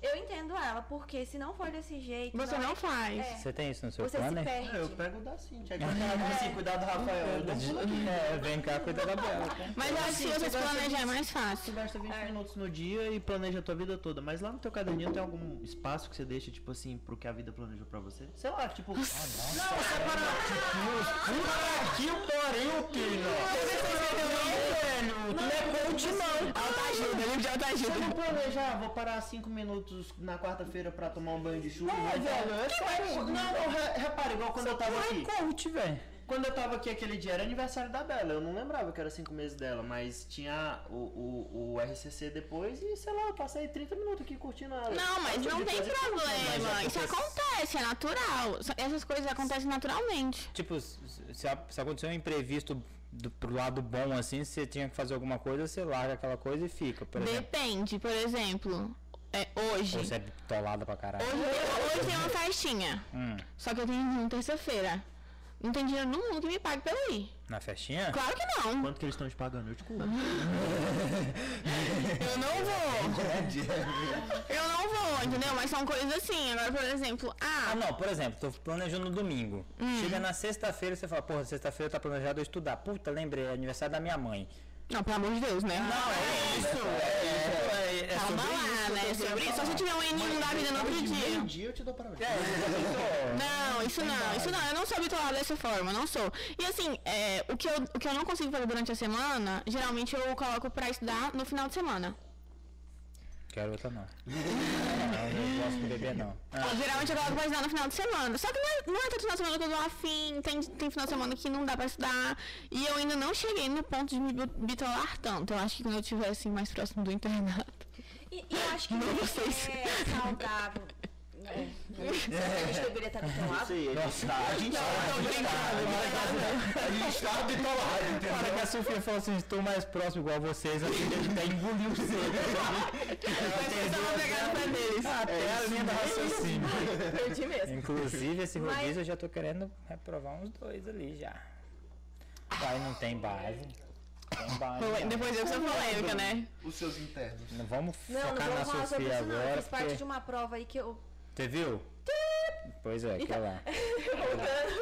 D: Eu entendo ela, porque se não for desse jeito,
C: Você
D: não- é
C: não faz.
A: Você é né? tem isso no seu
D: você se
A: planner?
D: perde.
B: eu pego o da Cintia. [laughs] Aí quando ela diz assim, cuidar do Rafael. eu dou um pulo aqui.
A: É, vem cá cuidar da Bela.
B: tá?
C: Mas eu acho que se você se planejar é mais
B: Tu
C: fácil.
B: gasta 20 minutos no dia e planeja a tua vida toda, mas lá no teu caderninho tem algum espaço que você deixa, tipo assim, pro que a vida planejou pra você? Sei lá, tipo.
A: Que pariu, filho! Não, velho! Tu não é coach, não!
C: Autoajuda, livro de autoajuda.
B: Vou planejar, vou parar 5 minutos na quarta-feira pra tomar um banho de chuva.
A: É,
B: mas-
A: velho, é sério.
B: Não, não, re- repara, igual quando eu tava aqui.
A: Não é coach, velho!
B: Quando eu tava aqui aquele dia era aniversário da Bela, eu não lembrava que era 5 meses dela, mas tinha o, o, o RCC depois e sei lá, eu passei 30 minutos aqui curtindo ela.
C: Não, mas não tem
B: Depois eu-
C: problema.
B: Mas
C: Isso acontece, é natural. Só- Essas coisas acontecem naturalmente.
A: Tipo, se, se a- se aconteceu um imprevisto do, pro lado bom, assim, se você tinha que fazer alguma coisa, você larga aquela coisa e fica, por exemplo.
C: Depende, por exemplo, é, hoje.
A: Ou você é bitolada pra caralho.
C: Hoje, eu- hoje tem uma festinha.
A: Hum,
C: Só que eu tenho uma terça-feira. Não tem dinheiro no mundo que me pague pelo ir.
A: na festinha?
C: Claro que não.
B: Quanto que eles estão te pagando? Eu te culpo.
C: Eu não vou.
A: é
C: Eu não vou, entendeu? Mas são coisas assim. Agora, por exemplo,
A: [laughs] Ah,
C: ah,
A: não, por exemplo, tô planejando no domingo. Chega na sexta-feira e você fala, porra, sexta-feira tá planejado eu estudar. Puta, lembrei, é aniversário da minha mãe.
C: não, pelo amor de Deus, né? Não, é
A: É, é, é
C: Calma
A: sobre
C: lá, né? É sobre isso. Só se tiver um N1 da vida no outro dia.
B: Um dia eu te dou pra
C: Não, isso não, isso não. Eu não sou habituada dessa forma, não sou. E assim, é, o, que eu, o que eu não consigo fazer durante a semana, geralmente eu coloco pra estudar no final de semana.
A: Quero outra não. não, não gosto de beber, não. Ah,
C: Geralmente eu coloco pra estudar no final de semana. Só que não é, não é todo final de semana que eu tô afim, tem, tem final de semana que não dá pra estudar. E eu ainda não cheguei no ponto de me bit- bitolar tanto. Eu acho que quando eu estiver assim, mais próximo do internato.
D: E, e eu acho que
C: Não
D: não
C: sei se-
D: é saudável.
C: [laughs]
D: É, a gente deveria estar
B: Não
D: bitolado.
B: sei, ele-
A: nossa, a gente tá
C: Não, tô brincando.
A: né? A gente tá bitolado, entendeu? Para que a Sofia falou assim, estou mais próximo igual vocês, assim, ele até engoliu [laughs] você.
C: Eu tava pegando pra deles.
A: Até a linha do raciocínio.
D: Perdi mesmo.
A: Inclusive, esse
D: Mas-
A: rodízio eu já tô querendo reprovar uns dois ali já. Pai, não tem base. Tem base.
C: Pole-
A: não.
C: Depois eu sou polêmica, né?
F: Os seus internos.
A: Não vamos
D: Não, não
A: focar
D: vou
A: na
D: falar sobre
A: Sofia
D: isso não. Eu
A: agora.
D: fiz parte
A: porque-
D: de um uma prova aí que eu
A: Você viu? Pois é, que
D: [laughs]
A: lá.
D: Voltando.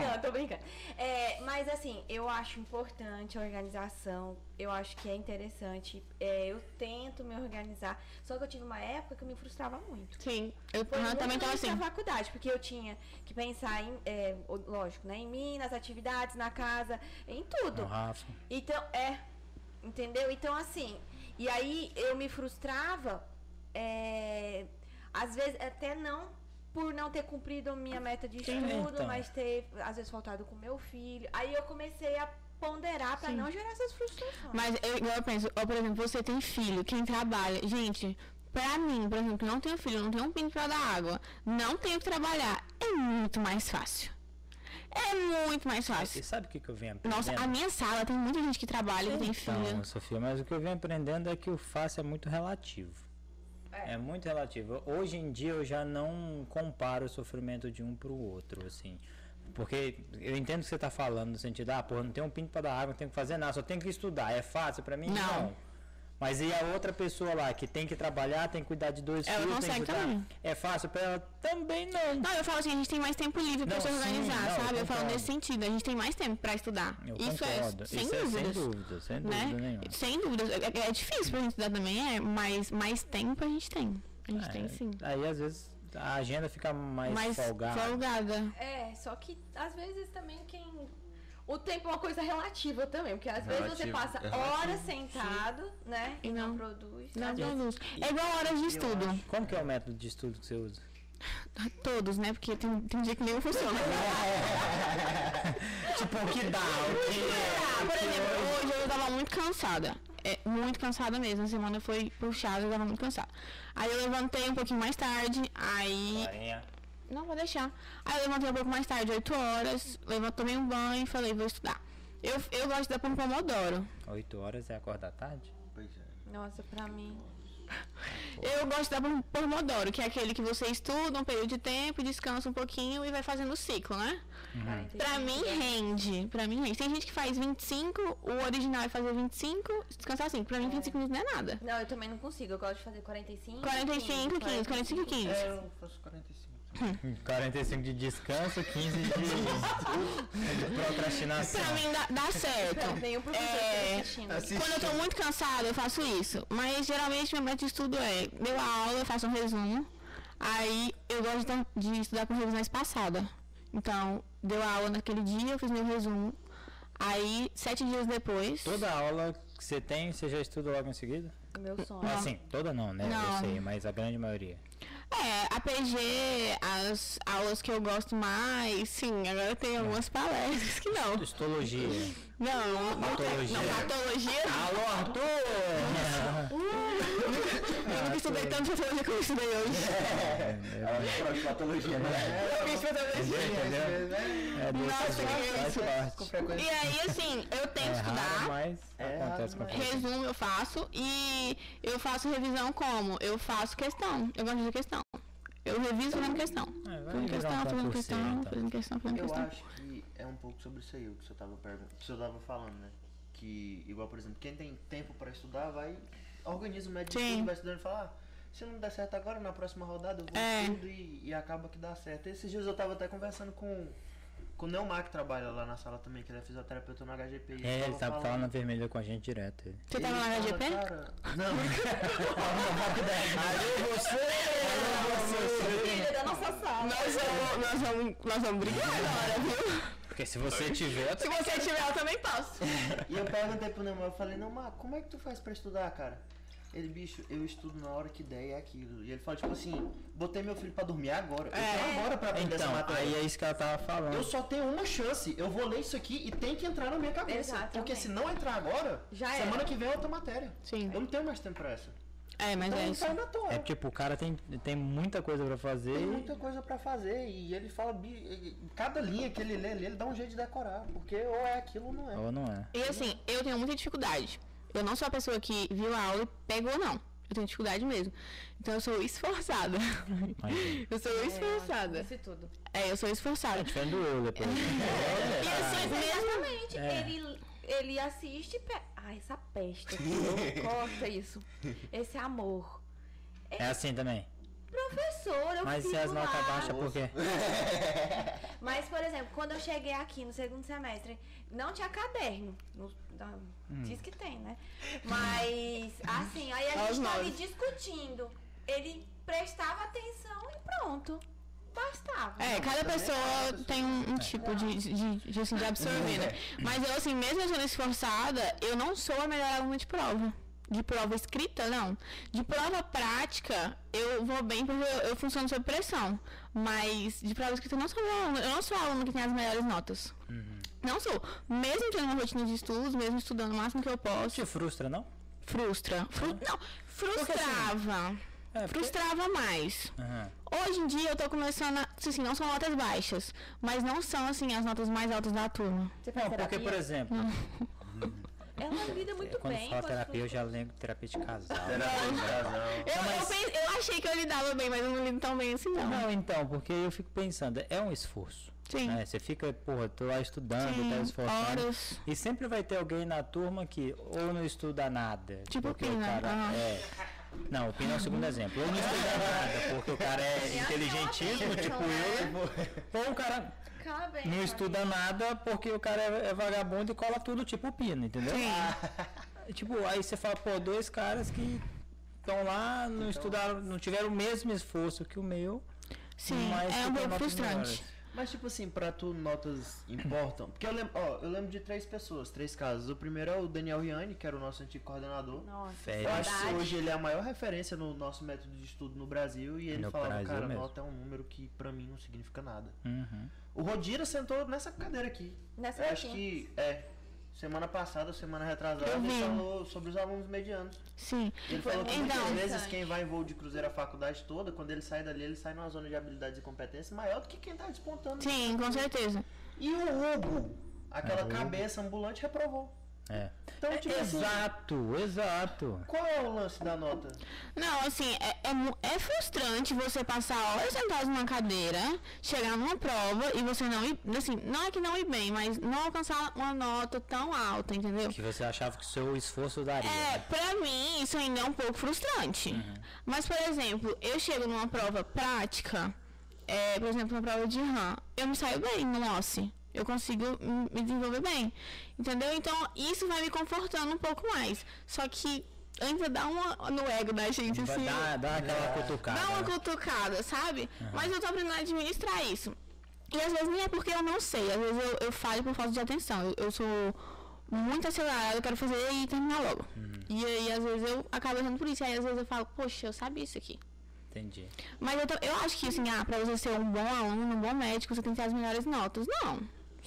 D: Não, tô brincando. É, mas assim, eu acho importante a organização. Eu acho que é interessante. É, eu tento me organizar. Só que eu tive uma época que eu me frustrava muito.
C: Sim. Eu
D: Foi
C: eu
D: muito
C: também tava
D: durante
C: assim.
D: a faculdade, porque eu tinha que pensar em, é, o- lógico, né? Em mim, nas atividades, na casa, em tudo.
A: No Rafa.
D: Então, é. Entendeu? Então, assim. E aí eu me frustrava, é, às vezes, até não por não ter cumprido a minha meta de
A: Sim,
D: estudo,
A: então.
D: mas ter, às vezes, faltado com meu filho. Aí eu comecei a ponderar pra não gerar essas frustrações.
C: Mas eu, igual eu penso, ó, por exemplo, você tem filho, quem trabalha. Gente, pra mim, por exemplo, que não tenho filho, não tenho um pinto pra dar água, não tenho que trabalhar, é muito mais fácil. É muito mais
A: Você
C: fácil.
A: sabe o que, que eu venho aprendendo?
C: Nossa, a minha sala tem muita gente que trabalha, que tem filho.
A: Não, Então, Sofia, mas o que eu venho aprendendo é que o fácil é muito relativo. É. muito relativo. Hoje em dia eu já não comparo o sofrimento de um pro outro, assim. Porque eu entendo o que você tá falando, no sentido, ah, porra, não tem um pinto pra dar água, não tenho que fazer nada, só tenho que estudar. É fácil pra mim?
C: Não.
A: Mas e a outra pessoa lá que tem que trabalhar, tem que cuidar de dois
C: Ela
A: filhos, tem que
C: consegue
A: cuidar.
C: também.
A: É fácil pra ela? Também não.
C: Não, eu falo assim, a gente tem mais tempo livre pra
A: Não,
C: se
A: sim,
C: organizar,
A: não, eu
C: sabe? Eu falo
A: concordo.
C: nesse sentido, a gente tem mais tempo pra estudar.
A: Eu
C: Isso
A: concordo.
C: é sem
A: Isso é
C: dúvidas.
A: sem dúvida, sem
C: né?
A: dúvida nenhuma.
C: Sem dúvidas. É, é difícil pra gente estudar também, é, mas mais tempo a gente tem. A gente tem sim.
A: Aí às vezes a agenda fica É, mais,
C: Mas
A: folgada.
C: folgada.
D: É, só que às vezes também quem. O tempo é uma coisa relativa também, porque às vezes você
F: Relativo,
D: passa
F: é relativo.
D: horas sentado, né? E
C: E
D: não,
C: não-
D: produz.
C: Não
D: Às vezes-
C: produz. É igual horas de estudo.
A: Como que é o método de estudo que você usa? [laughs]
C: Todos, né? Porque tem, tem dia que nenhum funciona.
E: tipo, o que dá? O que
C: Ah, por exemplo, hoje eu tava muito cansada. É, muito cansada mesmo. A semana foi puxada, eu tava muito cansada. Aí eu levantei um pouquinho mais tarde, aí.
E: Rainha.
C: Não, vou deixar. Aí eu levantei um pouco mais tarde, 8 horas, levantei, tomei um banho e falei, vou estudar. Eu, eu gosto da pão pomodoro.
A: 8 horas é acordar tarde?
B: Pois é.
D: Nossa, pra mim.
C: Eu gosto da pom- pomodoro, que é aquele que você estuda um período de tempo, descansa um pouquinho e vai fazendo o ciclo, né?
D: 45
C: Pra mim rende, pra mim rende. Tem gente que faz 25, o original é fazer 25, descansar 5. Pra mim 25 minutos não é nada.
D: Não, eu também não consigo. Eu gosto de fazer 45.
C: 45, 15, 45, 15.
B: É, eu faço 45.
A: 45 de descanso, 15 de, de procrastinação.
C: Pra mim dá, dá certo.
D: Nenhum professor
C: É,
D: tá assistindo.
A: Assim,
C: Quando eu tô muito cansada, eu faço isso. Mas geralmente minha meta de estudo é, deu a aula, eu faço um resumo. Aí eu gosto de, de estudar com revisão espaçada. Então, deu a aula naquele dia, eu fiz meu resumo. Aí, sete dias depois.
A: Toda aula que você tem, você já estuda logo em seguida?
D: Meu sonho.
A: Assim, toda não, né?
C: Não.
A: Eu sei, mas a grande maioria.
C: É, a PG, as aulas que eu gosto mais, sim, agora tem algumas palestras que não.
A: Histologia.
C: Não, não tem-
A: Patologia.
C: não, patologia não.
A: Alô, Arthur!
C: [laughs] Eu nunca estudei tanto patologia como eu estudei
A: É.
C: hoje.
B: Ela patologia, né?
C: Eu fiz patologia.
A: É doce,
C: Nossa,
A: gente,
C: que
A: faz
C: isso.
A: parte.
C: E aí, assim, eu tenho que
A: É raro,
C: estudar.
A: mas
B: É
A: acontece com
B: raro,
A: a
B: mas-
A: gente.
C: Resumo eu faço e eu faço revisão como? Eu faço questão. Eu gosto de fazer questão. Eu reviso fazendo questão.
A: É, vai
C: Fazendo
A: virar um
C: questão, fazendo
A: concurseiro,
C: questão,
A: então.
C: fazendo questão, fazendo
B: Eu
C: questão.
B: acho que é um pouco sobre isso aí o que o senhor tava perguntando. O senhor tava falando, né? Que, igual, por exemplo, quem tem tempo pra estudar, vai. Organiza o médico
C: Sim.
B: estudo, vai estudando e fala, ah, se não der certo agora, na próxima rodada eu vou
C: É.
B: estudo e, e acaba que dá certo. Esses dias eu tava até conversando com. Com o Neomar que trabalha lá na sala também, que ele é fisioterapeuta no HGP. e
A: É, ele tava
B: falando-
A: falando vermelho com a gente direto. ele.
C: Você tava na
B: Ele
C: HGP?
B: fala, cara, Não.
A: [laughs] Alô, você!
D: Filha da nossa sala.
C: Nós vamos, nós vamos, nós vamos brigar agora, viu?
A: Porque se você tiver, eu
C: Se você tiver, eu também posso.
B: E eu perguntei pro Neymar, eu falei, não, Mar, como é que tu faz pra estudar, cara? Ele, bicho, eu estudo na hora que der e é aquilo. E ele fala, tipo assim, botei meu filho pra dormir agora. Eu
D: É.
B: tenho agora pra aprender essa
A: Então, aí
B: matéria.
A: é isso que ela tava falando.
B: Eu só tenho uma chance. Eu vou ler isso aqui e tem que entrar na minha cabeça.
D: Exatamente.
B: Porque se não entrar agora,
D: Já
B: semana
D: era.
B: que vem é outra matéria.
C: Sim.
B: Eu não tenho mais tempo pra essa.
C: É, mas
B: Então
C: é
B: não
C: isso.
B: sai na toa.
A: É tipo, o cara tem, tem muita coisa pra fazer.
B: Tem
A: e-
B: muita coisa pra fazer. E ele fala, bi- cada linha que ele lê, ali, ele dá um jeito de decorar. Porque ou é aquilo ou não é.
A: Ou não é?
C: E assim, eu tenho muita dificuldade. Eu não sou a pessoa que viu a aula e pegou, não. Eu tenho dificuldade mesmo. Então eu sou esforçada.
A: Imagina.
C: Eu
B: É,
C: sou esforçada.
D: é, Isso tudo.
C: É, eu sou esforçada.
A: Vendo eu [laughs] depois.
C: E assim, mesmo.
D: Exatamente.
A: É.
D: Ele, ele assiste e pe... Ai, essa
A: [laughs]
D: peste aqui. Corta isso. Esse amor.
A: É assim também.
D: Professor, eu
A: Mas
D: fico
A: se as
D: lá.
A: notas baixas, por quê?
D: Mas, por exemplo, quando eu cheguei aqui no segundo semestre, não tinha caderno. No- da-
A: Hum.
D: Diz que tem, né? Mas, assim, aí a
C: Aos
D: gente tava
C: nove.
D: discutindo. Ele prestava atenção e pronto. Bastava.
C: É, cada pessoa tem um, um tipo de, de, de, assim, de absorver, né? Mas eu, assim, mesmo eu sendo esforçada, eu não sou a melhor aluna de prova. De prova escrita, não. De prova prática, eu vou bem porque eu, eu funciono sob pressão. Mas de prova escrita, eu não sou a melhor aluna. Eu não sou a aluna que tem as melhores notas.
A: Uhum.
C: Não sou. Mesmo tendo uma rotina de estudos, mesmo estudando o máximo que eu posso,
A: Te frustra, não?
C: frustra. Fru- não, frustrava.
A: assim, É, porque-
C: Frustrava mais.
A: Aham.
C: Hoje em dia eu tô começando a. Assim, não são notas baixas, mas não são assim as notas mais altas da turma.
D: Você faz
A: Não, porque, por
D: terapia?
A: exemplo,
D: Ela lida muito
A: É, quando
D: bem.
A: fala
D: com as
A: terapia, eu
D: frutas.
A: já lembro de terapia de casal.
B: [laughs]
C: Eu, eu, pense- eu achei que eu lidava bem, mas eu não lido tão bem assim, não.
A: Não, então, porque eu fico pensando, é um esforço.
C: Sim.
A: né? Você fica, porra, tô lá estudando,
C: Sim,
A: tá esforçando.
C: horas.
A: E sempre vai ter alguém na turma que ou não estuda nada.
C: Tipo o
A: porque
C: Pina, aham.
A: é. Não, o Pina é o segundo exemplo. Ou não estuda nada, porque o cara é inteligentíssimo, tipo eu. Ou o cara
D: Fica bem com
A: não
D: a
A: estuda nada porque o cara é, é vagabundo e cola tudo, tipo o Pina, entendeu? Ah, tipo, aí você fala, pô, dois caras que estão lá, não estudaram, não tiveram o mesmo esforço que o meu.
C: Sim,
A: mas
C: é
A: que tem
C: um pouco
A: notas
C: frustrante.
A: melhores.
B: Mas tipo assim, pra tu notas importam? Porque eu lembro, ó, eu lembro de três pessoas, três casos. O primeiro é o Daniel Riani, que era o nosso antigo coordenador.
D: Nossa,
A: Férias.
B: Eu acho que
D: saudade.
B: hoje ele é a maior referência no nosso método de estudo no Brasil e ele
A: No
B: falava,
A: Brasil
B: cara,
A: mesmo.
B: nota é um número que pra mim não significa nada.
A: Uhum.
B: O Rodira sentou nessa cadeira aqui.
D: Nessa
B: Eu acho
D: daqui.
B: que é. Semana passada, semana retrasada,
C: Eu vi.
B: ele falou sobre os alunos medianos.
C: Sim.
B: Ele falou que muitas
C: Então,
B: vezes quem vai em voo de cruzeiro a faculdade toda, quando ele sai dali, ele sai numa zona de habilidades e competência maior do que quem tá despontando.
C: sim, com certeza.
B: E o Hugo, aquela
A: Ah, o Hugo.
B: cabeça ambulante, reprovou.
A: É.
B: Então, tipo assim,
A: Exato, exato.
B: qual é o lance da nota?
C: Não, assim, é, é, mu- é frustrante você passar horas sentado numa cadeira, chegar numa prova e você não ir. Assim, não é que não ir bem, mas não alcançar uma nota tão alta, entendeu?
A: Que você achava que o seu esforço daria.
C: É,
A: né?
C: pra mim isso ainda é um pouco frustrante.
A: Uhum.
C: Mas, por exemplo, eu chego numa prova prática, é, por exemplo, uma prova de RAM, eu me saio bem no OSCE. Eu consigo m- me desenvolver bem. Entendeu? Então isso vai me confortando um pouco mais. Só que ainda dá uma no ego da gente,
A: Vai
C: assim.
A: dar- dar aquela cutucada.
C: Dá uma
A: né?
C: cutucada, sabe? Mas eu tô aprendendo a administrar isso. E às vezes nem é porque eu não sei, às vezes eu, eu falho por falta de atenção. Eu, eu sou muito acelerada, eu quero fazer e terminar logo.
A: Uhum.
C: E aí, às vezes, eu acabo errando por isso. Aí, às vezes, eu falo, poxa, eu sabia isso aqui.
A: Entendi.
C: Mas eu, tô- eu acho que, assim, ah, pra você ser um bom aluno, um bom médico, você tem que ter as melhores notas. Não.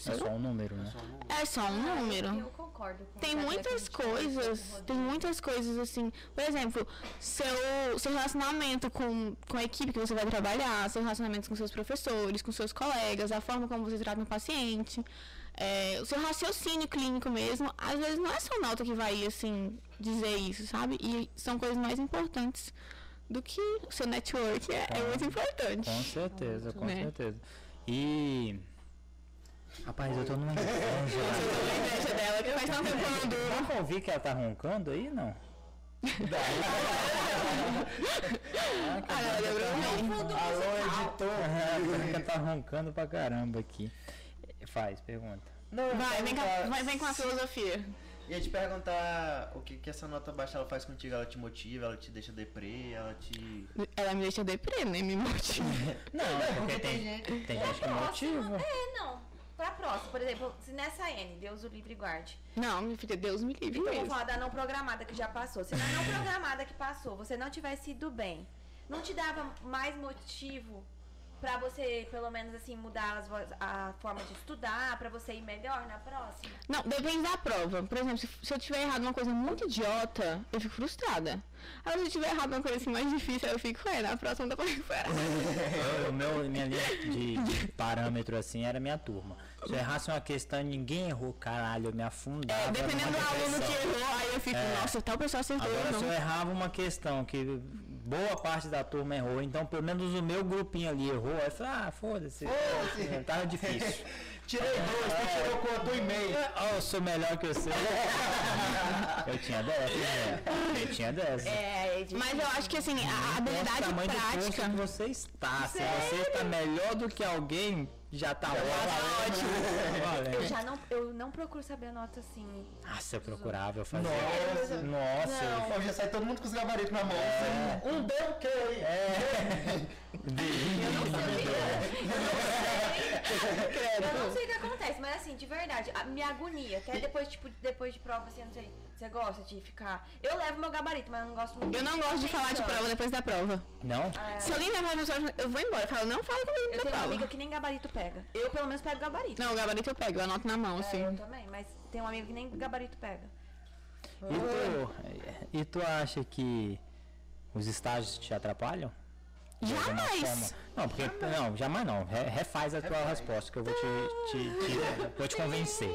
A: É só um número, né?
C: É só um número.
D: Ah, Eu concordo com
C: Tem
D: o Gabriel que a
C: muitas
D: gente conversou com o
C: coisas, tem
D: Rodrigo.
C: muitas coisas assim. Por exemplo, seu, seu relacionamento com, com a equipe que você vai trabalhar, seus relacionamentos com seus professores, com seus colegas, a forma como você trata um paciente, é, o seu raciocínio clínico mesmo. Às vezes não é só nota que vai, assim, dizer isso, sabe? E são coisas mais importantes do que o seu network. É, é muito importante.
A: Com certeza, com
C: né?
A: certeza. E. Rapaz, eu tô numa.
C: Eu tô com inveja dela, que faz tempo que eu não durmo.
A: Dá pra ouvir que ela tá roncando aí, não?
C: Ah, não, deu pra ouvir.
A: tá
D: tá
A: Alô, editor! Ela tá roncando pra caramba aqui. Faz, pergunta.
B: Não, eu ia
C: Vai, vem, cá,
B: perguntar-
C: vai, vem com a filosofia.
B: Ia te perguntar o que, que essa nota baixa ela faz contigo. Ela te motiva, ela te deixa deprê, ela te.
C: Ela me deixa deprê, né? Me motiva.
D: [laughs]
A: Não, é porque
B: Porque
A: tem,
B: gente.
A: tem gente que
D: Pra próxima,
A: motiva.
D: É, não. Pra próxima, por exemplo, se nessa N, Deus o livre e guarde.
C: Não, minha filha, Deus me livre
D: Então, vou
C: mesmo.
D: falar da não programada que já passou. Se na não programada que passou, você não tivesse ido bem, não te dava mais motivo pra você, pelo menos assim, mudar as vo- a forma de estudar, pra você ir melhor na próxima?
C: Não, depende da prova. Por exemplo, se, se eu tiver errado uma coisa muito idiota, eu fico frustrada. Agora, se eu tiver errado uma coisa assim mais difícil, aí eu fico, ué, na próxima dá pra recuperar.
D: [laughs]
A: Eu- o meu, minha linha de, de parâmetro assim era minha turma. Se eu errasse uma questão e ninguém errou, caralho, eu me afundava.
C: É, dependendo do
A: numa
C: aluno que
A: depressão.
C: errou, aí eu fico,
A: É.
C: nossa, tal pessoa acertou
A: Agora,
C: eu não.
A: se eu errava uma questão que boa parte da turma errou, então pelo menos o meu grupinho ali errou, aí eu falei, ah, foda-se,
B: Foda-se.
A: [laughs] tava difícil.
B: Tirei dois, tu tirou quanto? Um e meio.
C: É.
A: Ah, eu sou melhor que você. [laughs] eu tinha dessa, né? Eu tinha dessa.
D: É, é
C: Mas eu acho que, assim, a-
A: Mostra o
C: a habilidade
A: tamanho do curso
C: prática...
A: que você está. Se você está melhor do que alguém, já tá
C: ótimo.
A: ótimo.
D: Eu já não, eu não procuro saber a nota assim.
A: Nossa, eu procurava, eu fazia.
B: Nossa.
A: Nossa, eu
B: Ó, já sai todo mundo com os gabaritos na mão. Um deu o quê?
A: É.
D: Eu não sei o que acontece, mas assim, de verdade, a- me agonia. Até depois, tipo, depois de prova, assim, eu não sei. Você gosta de ficar. Eu levo meu gabarito, mas eu não gosto muito.
C: Eu não gosto de falar de
D: atenção.
C: prova depois da prova.
A: Não?
C: Se alguém levar a pessoa, eu vou embora. Ah, Eu falo, não fala comigo
D: Eu
C: depois
D: tenho
C: da
D: uma amiga
C: prova.
D: que nem gabarito pega. Eu, pelo menos, pego gabarito.
C: Não, o gabarito eu pego, eu anoto na mão, assim.
D: É, eu também, mas tem um amigo que nem gabarito pega.
A: E tu, e tu acha que os estágios te atrapalham? De alguma
C: Jamais!
A: forma? Não, porque. Não, jamais não. Re- refaz a tua resposta, que eu vou te, te- te- vou te convencer.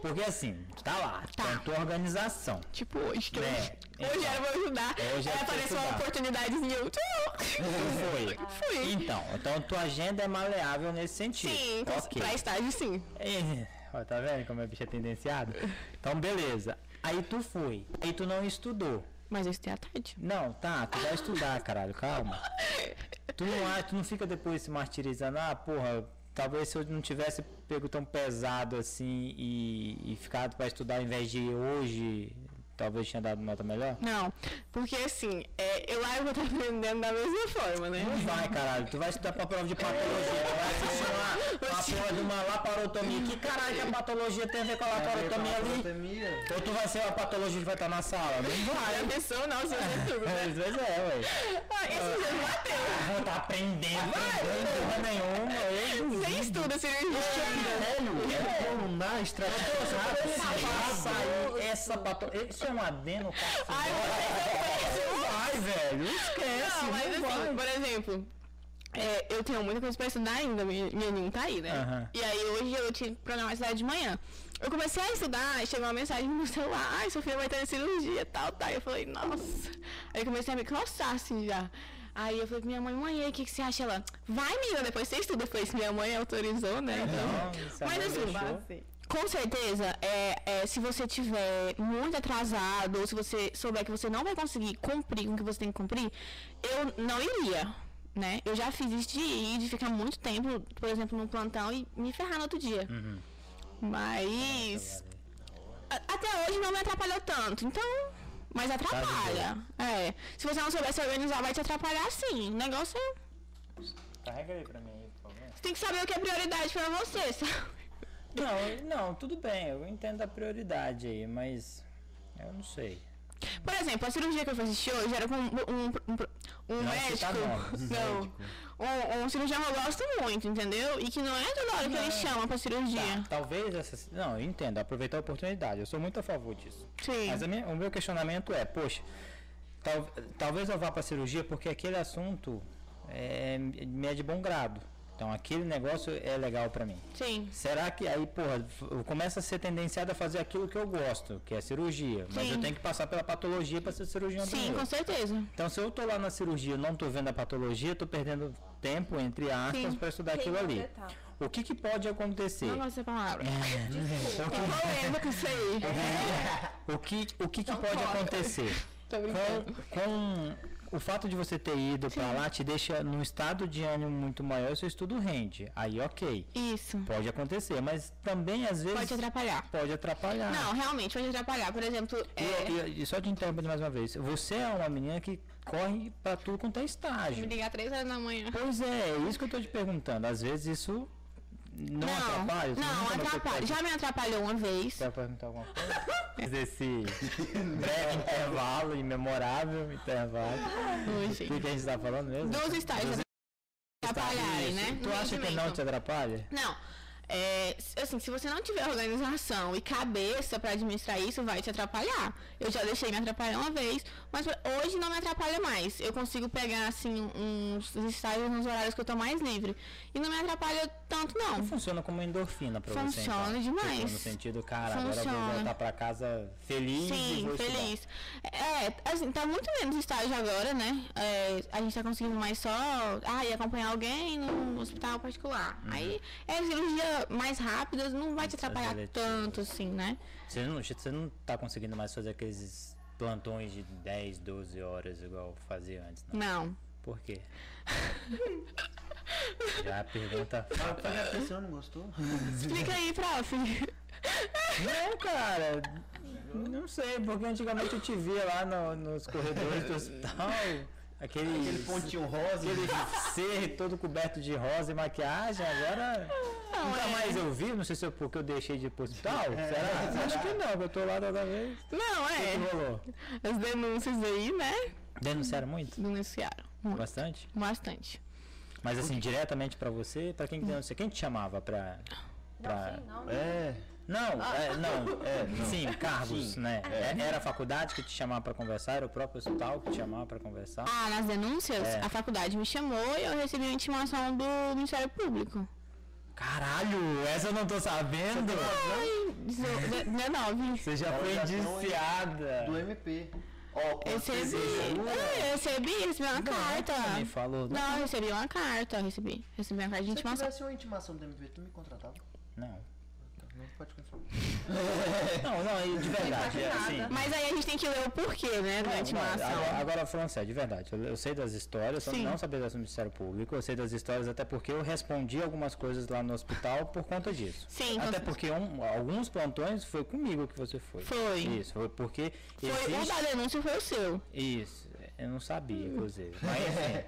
A: Porque assim, tá lá,
C: Tá.
A: tem tua organização.
C: Tipo, hoje que eu-
A: É,
C: Hoje
A: então.
C: era pra ajudar.
A: Hoje era
C: Aí
A: pra
C: apareceu
A: estudar.
C: uma oportunidade e eu.
A: Foi.
C: [laughs] Fui.
A: Então, então tua agenda é maleável nesse sentido.
C: Sim, com-
A: Ok.
C: pra estágio sim.
A: É, ó, tá vendo como é bicho é tendenciado? Então, beleza. Aí tu foi. Aí tu não estudou.
C: Mas eu estudei à tarde.
A: Não, tá, tu vai estudar, caralho, calma. Tu não, acha- tu não fica depois se martirizando, ah, porra, talvez se eu não tivesse pego tão pesado assim e, e ficado pra estudar ao invés de hoje, talvez tinha dado nota melhor?
C: Não, porque assim, é, eu lá eu vou estar aprendendo da mesma forma, né?
A: Uhum. Não vai, caralho, tu vai estudar pra prova de patologia, tu vai assistir uma, uma a porra de uma laparotomia. Que caralho que a patologia tem a ver com a laparotomia ali?
B: Laparotomia.
A: Ou tu vai ser uma patologia que vai estar na sala? né? Não vai.
C: Ah, eu pensou, não, você
A: [laughs]
C: é tudo.
A: Às vezes é, ué.
C: Ah, Esse dia não bateu.
A: Não tá aprendendo, aprendendo porra nenhuma. Eu duvido.
C: Você estuda cirurgia.
A: Uhum.
B: É pulmonar,
A: Cara,
B: estratégia.
A: se passar aí essa patologia. Isso é um adeno,
C: Ai, você é péssimo.
A: Vai, velho.
C: Não, mas assim, por exemplo, é, eu tenho muita coisa pra estudar ainda, meu meu ninho tá aí, né?
A: Aham.
C: E aí hoje eu tinha que programar estudar de manhã. Eu comecei a estudar, e chegou uma mensagem no meu celular, ai, sua filha vai estar em cirurgia, tal, tal. Eu falei, nossa. Aí eu comecei a me coçar assim já. Aí eu falei, minha mãe, mãe, e aí, o que, que você acha? Ela, vai, menina, depois você estuda. Eu falei, "Se minha mãe autorizou, né? Então, mas assim, com certeza, é, é, se você tiver muito atrasado, ou se você souber que você não vai conseguir cumprir com o que você tem que cumprir, eu não iria, né? Eu já fiz isso de ir, de ficar muito tempo, por exemplo, num plantão e me ferrar no outro dia. Mas a- até hoje não me atrapalhou tanto, então... Mas atrapalha, é. Se você não souber se organizar, vai te atrapalhar sim. O negócio é...
A: Carrega aí pra mim, aí, por favor.
C: Você tem que saber o que é prioridade pra você, sabe?
A: Não, não, tudo bem, eu entendo a prioridade aí, mas eu não sei.
C: Por exemplo, a cirurgia que eu fiz assistir hoje era com um, um, um, um
A: Não tá
C: médico.
A: citar nomes.
C: [laughs] Não. Um, um cirurgião que eu gosto muito, entendeu? E que não é toda hora que ele chama pra cirurgia.
A: Tá, talvez essa. Não, eu entendo, aproveitar a oportunidade. Eu sou muito a favor disso.
C: Sim.
A: Tá. Mas é a minha- o meu questionamento é, poxa, tal- talvez eu vá para cirurgia porque aquele assunto é, me é de bom grado. Então aquele negócio é legal para mim.
C: Sim.
A: Será que aí, porra, eu começo a ser tendenciado a fazer aquilo que eu gosto, que é cirurgia. Mas
C: Sim.
A: eu tenho que passar pela patologia para ser cirurgião
C: Sim,
A: primeiro.
C: com certeza.
A: Então, se eu tô lá na cirurgia e não tô vendo a patologia, tô perdendo tempo, entre aspas,
C: Sim.
A: para estudar
D: Tem
A: É
D: um
A: aquilo
D: uma
A: ali.
D: etapa.
A: O que, que pode acontecer?
C: Não gosto dessa palavra.
A: Então,
C: Tô lendo com É isso aí.
A: [laughs] É. o que, o que, que pode
C: corta.
A: acontecer?
C: Tô brincando.
A: Com, com o fato de você ter ido para lá te deixa num estado de ânimo muito maior, seu estudo rende. Aí, ok,
C: Isso.
A: pode acontecer, mas também às vezes
C: Pode te atrapalhar.
A: pode atrapalhar.
C: Não, realmente, pode atrapalhar. Por exemplo,
A: E-
C: é,
A: E, e só te interrompendo mais uma vez, você é uma menina que corre pra tudo quanto é
C: me
A: estágio.
C: ligar três horas da manhã.
A: Pois é, é isso que eu tô te perguntando. Às vezes isso não, tá atrapalha? Tá Você
C: não,
A: nunca notou que
C: atrapalha.
A: pode-
C: Já me atrapalhou uma vez.
A: Quer perguntar alguma coisa? Desse breve intervalo, imemorável intervalo.
C: Oi,
A: O que
C: gente.
A: que a gente tá falando mesmo?
C: Dos estágios atrapalharem, né?
A: Tu
C: No
A: acha que não
C: rendimento.
A: te atrapalha?
C: Não. É, s- assim, se você não tiver organização e cabeça pra administrar isso, vai te atrapalhar. Eu já deixei me atrapalhar uma vez, mas hoje não me atrapalha mais. Eu consigo pegar, assim, uns estágios nos horários que eu tô mais livre. E não me atrapalha tanto, não.
A: Funciona como endorfina pra você, então.
C: Funciona demais.
A: Tipo, no sentido, cara, agora eu vou
C: Funciona.
A: voltar pra casa feliz e
C: Sim,
A: vou estudar.
C: feliz. É, assim, tá muito menos estágio agora, né? É, a gente tá conseguindo mais só ah, ir acompanhar alguém num hospital particular. Aí é cirurgia mais rápida, não vai te atrapalhar
A: eletivas.
C: tanto, assim, né?
A: Você não, você não tá conseguindo mais fazer aqueles plantões de 10, 12 horas igual fazia antes, não?
C: Não.
A: Por
C: [laughs]
A: quê? Já a pergunta. [laughs]
B: Ah, foi a pessoa não gostou?
C: Explica aí, prof.
A: Não, É, cara. Não sei, porque antigamente eu te via lá no- nos corredores do hospital. Aquele,
B: Aquele pontinho rosa.
A: aquele ser todo coberto de rosa e maquiagem, agora.
C: Não,
A: nunca
C: é.
A: mais eu vi, não sei se é porque eu deixei de ir pro hospital. Será? É. Acho que não, que eu tô lá toda vez.
C: Não,
A: O que
C: é.
A: rolou?
C: As denúncias aí, né?
A: Denunciaram muito?
C: Denunciaram. Muito.
A: Bastante?
C: Bastante.
A: Mas assim, diretamente pra você, pra quem que denuncia? Quem te chamava pra. pra...
D: Sim, não, né?
B: É.
A: Não, é, [laughs] não, é,
B: não.
A: sim, cargos,
B: Sim.
A: né? É, Era a faculdade que te chamava pra conversar, era o próprio hospital que te chamava pra conversar.
C: Ah, nas denúncias,
A: É.
C: a faculdade me chamou e eu recebi uma intimação do Ministério Público.
A: Caralho, essa eu não tô sabendo.
C: Ai, 19.
A: Você já foi
B: Olha, não, hein?
A: indiciada.
B: Do MP. Ó,
C: Eu recebi. É, Eu recebi, recebi uma carta.
A: Você me falou. Não.
C: Não, eu recebi uma carta, eu recebi. Recebi uma carta
B: Se
C: de
B: eu
C: intimação.
B: tivesse uma intimação do MP, tu me contratava?
A: não.
B: Não pode continuar.
A: Não, não, de verdade. É, assim,
C: Mas aí a gente tem que ler o porquê, né, da
A: Não, agora,
C: intimação.
A: agora falando sério, de verdade. Eu, eu sei das histórias, eu
C: Sim.
A: não sabia das do Ministério Público, eu sei das histórias até porque eu respondi algumas coisas lá no hospital por conta disso.
C: Sim, então
A: Até
C: com-
A: porque um- alguns plantões foi comigo que você foi.
C: Foi.
A: Isso, foi porque
C: Foi, o
A: existe-
C: da denúncia foi o seu. Hum.
A: Isso, eu não sabia, inclusive. Mas assim,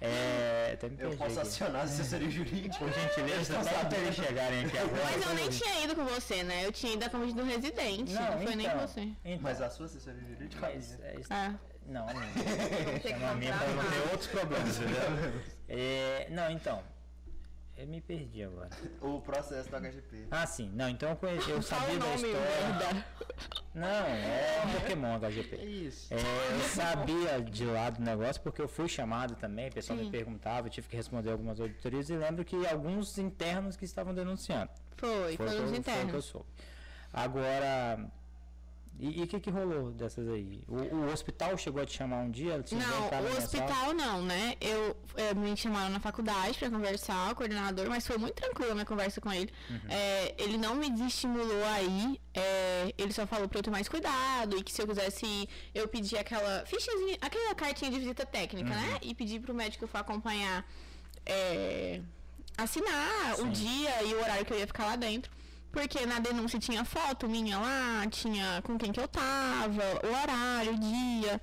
A: É, até me
B: Eu
A: perdi
B: posso
A: aqui.
B: acionar se assessoria jurídica.
A: Por gentileza,
B: Eu não
A: só pra
B: sabia.
A: eles chegarem aqui agora.
C: Mas eu nem tinha ido com você, né? Eu tinha ido a convite do residente. Não, foi nem com você.
A: Então,
B: Mas a sua assessoria jurídica é
A: mas, é isso.
C: Ah,
A: Não, não.
D: Tem que
A: Chama a minha pra não
D: comprar
A: ter
D: mais.
A: outros
B: [laughs]
A: problemas, entendeu? [laughs] É, não, então. Eu me perdi agora.
B: o processo do HGP.
A: Ah, sim. Não, então eu, conheci, eu
C: fala o
A: sabia da
C: nome,
A: história.
C: merda.
A: Não, é um Pokémon HGP.
B: Isso.
A: É, eu sabia de lá do negócio porque eu fui chamado também, o pessoal
C: Sim.
A: me perguntava, eu tive que responder algumas auditorias e lembro que alguns internos que estavam denunciando.
C: [laughs] Foi,
A: Foi, o que
C: foi
A: eu-
C: nos
A: foi o que eu
C: internos.
A: soube. Agora, e e o que, que rolou dessas aí? O, o hospital chegou a te chamar um dia? te enviou um cara
C: Não, o
A: na sala?
C: hospital não, né? Eu, eh, me chamaram na faculdade pra conversar, o coordenador, mas foi muito tranquilo a minha conversa com ele.
A: Uhum.
C: Eh, ele não me desestimulou aí, eh, ele só falou pra eu tomar mais cuidado e que se eu quisesse, eu pedi aquela fichazinha, aquela cartinha de visita técnica,
A: Uhum.
C: né? E pedi pro médico que eu for acompanhar, eh, assinar o
A: Sim.
C: dia e o horário que eu ia ficar lá dentro. Porque na denúncia tinha foto minha lá, tinha com quem que eu tava, o horário, o dia.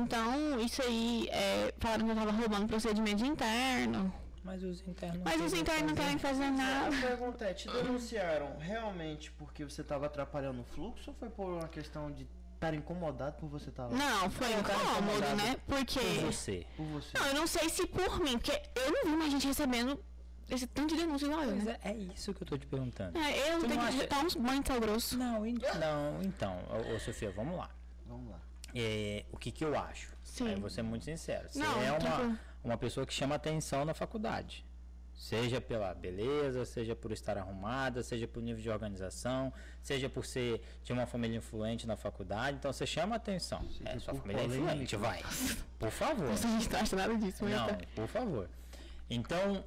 C: Então, isso aí, é, falaram que eu tava roubando procedimento interno.
A: Mas os internos.
C: Mas os
A: queriam
C: internos não
A: fazer.
C: querem fazer
B: A
C: nada.
B: pergunta é, te denunciaram realmente porque você tava atrapalhando o fluxo ou foi por uma questão de estar incomodado por você estar lá?
C: Não, foi
B: Não, tá
C: incômodo,
B: incomodado.
C: né?
A: Por
C: Porque.
A: você.
B: Por você.
C: Não, eu não sei se por mim, porque eu não vi mais gente recebendo esse tanto de denúncia igual eu.
A: Pois
C: Né?
A: é, é isso que eu tô te perguntando.
C: É,
A: Tu
C: eu
A: não
C: tenho que
A: acha-
C: dar uns banhos de sal grosso. [laughs]
A: Não, en- não então, ô, ô, Sofia, vamos lá.
B: Vamos lá.
A: É, o que que eu acho?
C: Sim.
A: Eu vou ser muito sincero. Você
C: Não,
A: é
C: tranquilo.
A: uma, uma pessoa que chama atenção na faculdade. Seja pela beleza, seja por estar arrumada, seja por nível de organização, seja por ser de uma família influente na faculdade. Então você chama atenção.
B: Seja
A: É, sua
B: por
A: família é
B: polêmica.
A: influente, vai. Por favor.
C: Nossa, a gente não acha nada disso, mas
A: Não,
C: tá.
A: por favor. Então,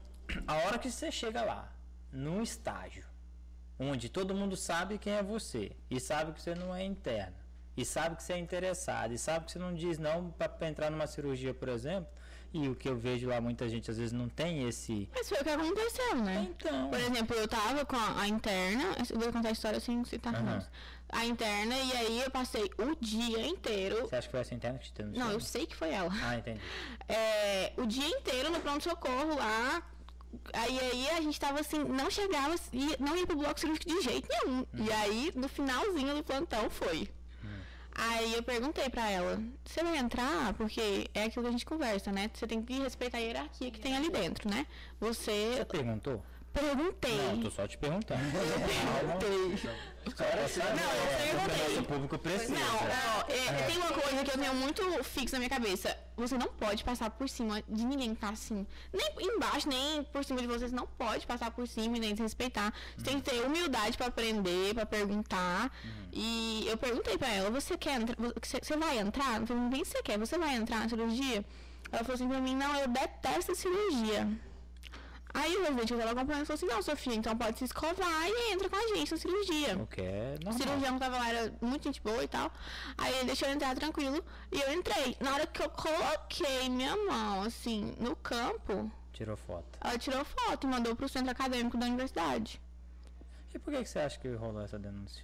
A: a hora que você chega lá, num estágio, onde todo mundo sabe quem é você, e sabe que você não é interno, e sabe que você é interessado, e sabe que você não diz não para entrar numa cirurgia, por exemplo, e o que eu vejo lá, muita gente às vezes não tem esse.
C: Mas foi o que aconteceu, né?
A: Então.
C: Por exemplo, eu tava com a, a interna, eu vou contar a história sem citar
A: Aham.
C: nomes. A interna, e aí eu passei o dia inteiro.
A: Você acha que foi essa interna que te denunciou?
C: Não, eu sei que foi ela. [laughs]
A: Ah, entendi.
C: É, o dia inteiro no pronto-socorro lá. Aí, aí a gente tava assim, não chegava, e não ia pro bloco cirúrgico de jeito nenhum. E aí, no finalzinho do plantão, foi. Aí eu perguntei pra ela, você vai entrar? Porque é aquilo que a gente conversa, né? Você tem que respeitar a hierarquia que tem ali dentro, né? Você
A: Você perguntou?
C: perguntei.
A: Não, tô só te perguntando.
C: Eu
A: Calma.
C: perguntei.
A: Não,
C: eu perguntei.
A: O público precisa.
C: Não, ó, é, tem uma coisa que eu tenho muito fixa na minha cabeça. Você não pode passar por cima de ninguém que tá assim. Nem embaixo, nem por cima de vocês. Não pode passar por cima e nem desrespeitar. Você tem que ter humildade pra aprender, pra perguntar. E eu perguntei pra ela, você quer entrar? Você, você vai entrar? Eu falei, não bem que você quer, você vai entrar na cirurgia? Ela falou assim pra mim, não, eu detesto a cirurgia. Aí o residente que eu tava acompanhando falou assim, não, Sofia, então pode se escovar e entra com a gente na cirurgia.
A: O que é
C: O
A: normal.
C: cirurgião tava lá, era muito gente boa e tal. Aí ele deixou eu entrar tranquilo. E eu entrei. Na hora que eu coloquei minha mão, assim, no campo,
A: Tirou foto.
C: ela tirou foto e mandou pro centro acadêmico da universidade.
A: E por que, que você acha que rolou essa denúncia?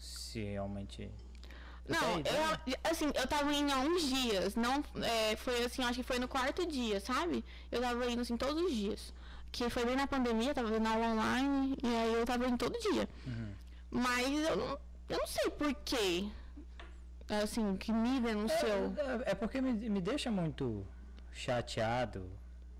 A: Se realmente.
C: Não,
A: tenho ideia.
C: eu, assim, eu tava indo há uns dias. Não, é, foi assim, acho que foi no quarto dia, sabe? Eu tava indo, assim, todos os dias. Que foi bem na pandemia, tava vendo aula online. E aí eu tava indo todo dia.
A: Uhum.
C: Mas eu não, eu não sei por quê. Assim, que me denunciou.
A: É, é porque me, me deixa muito chateado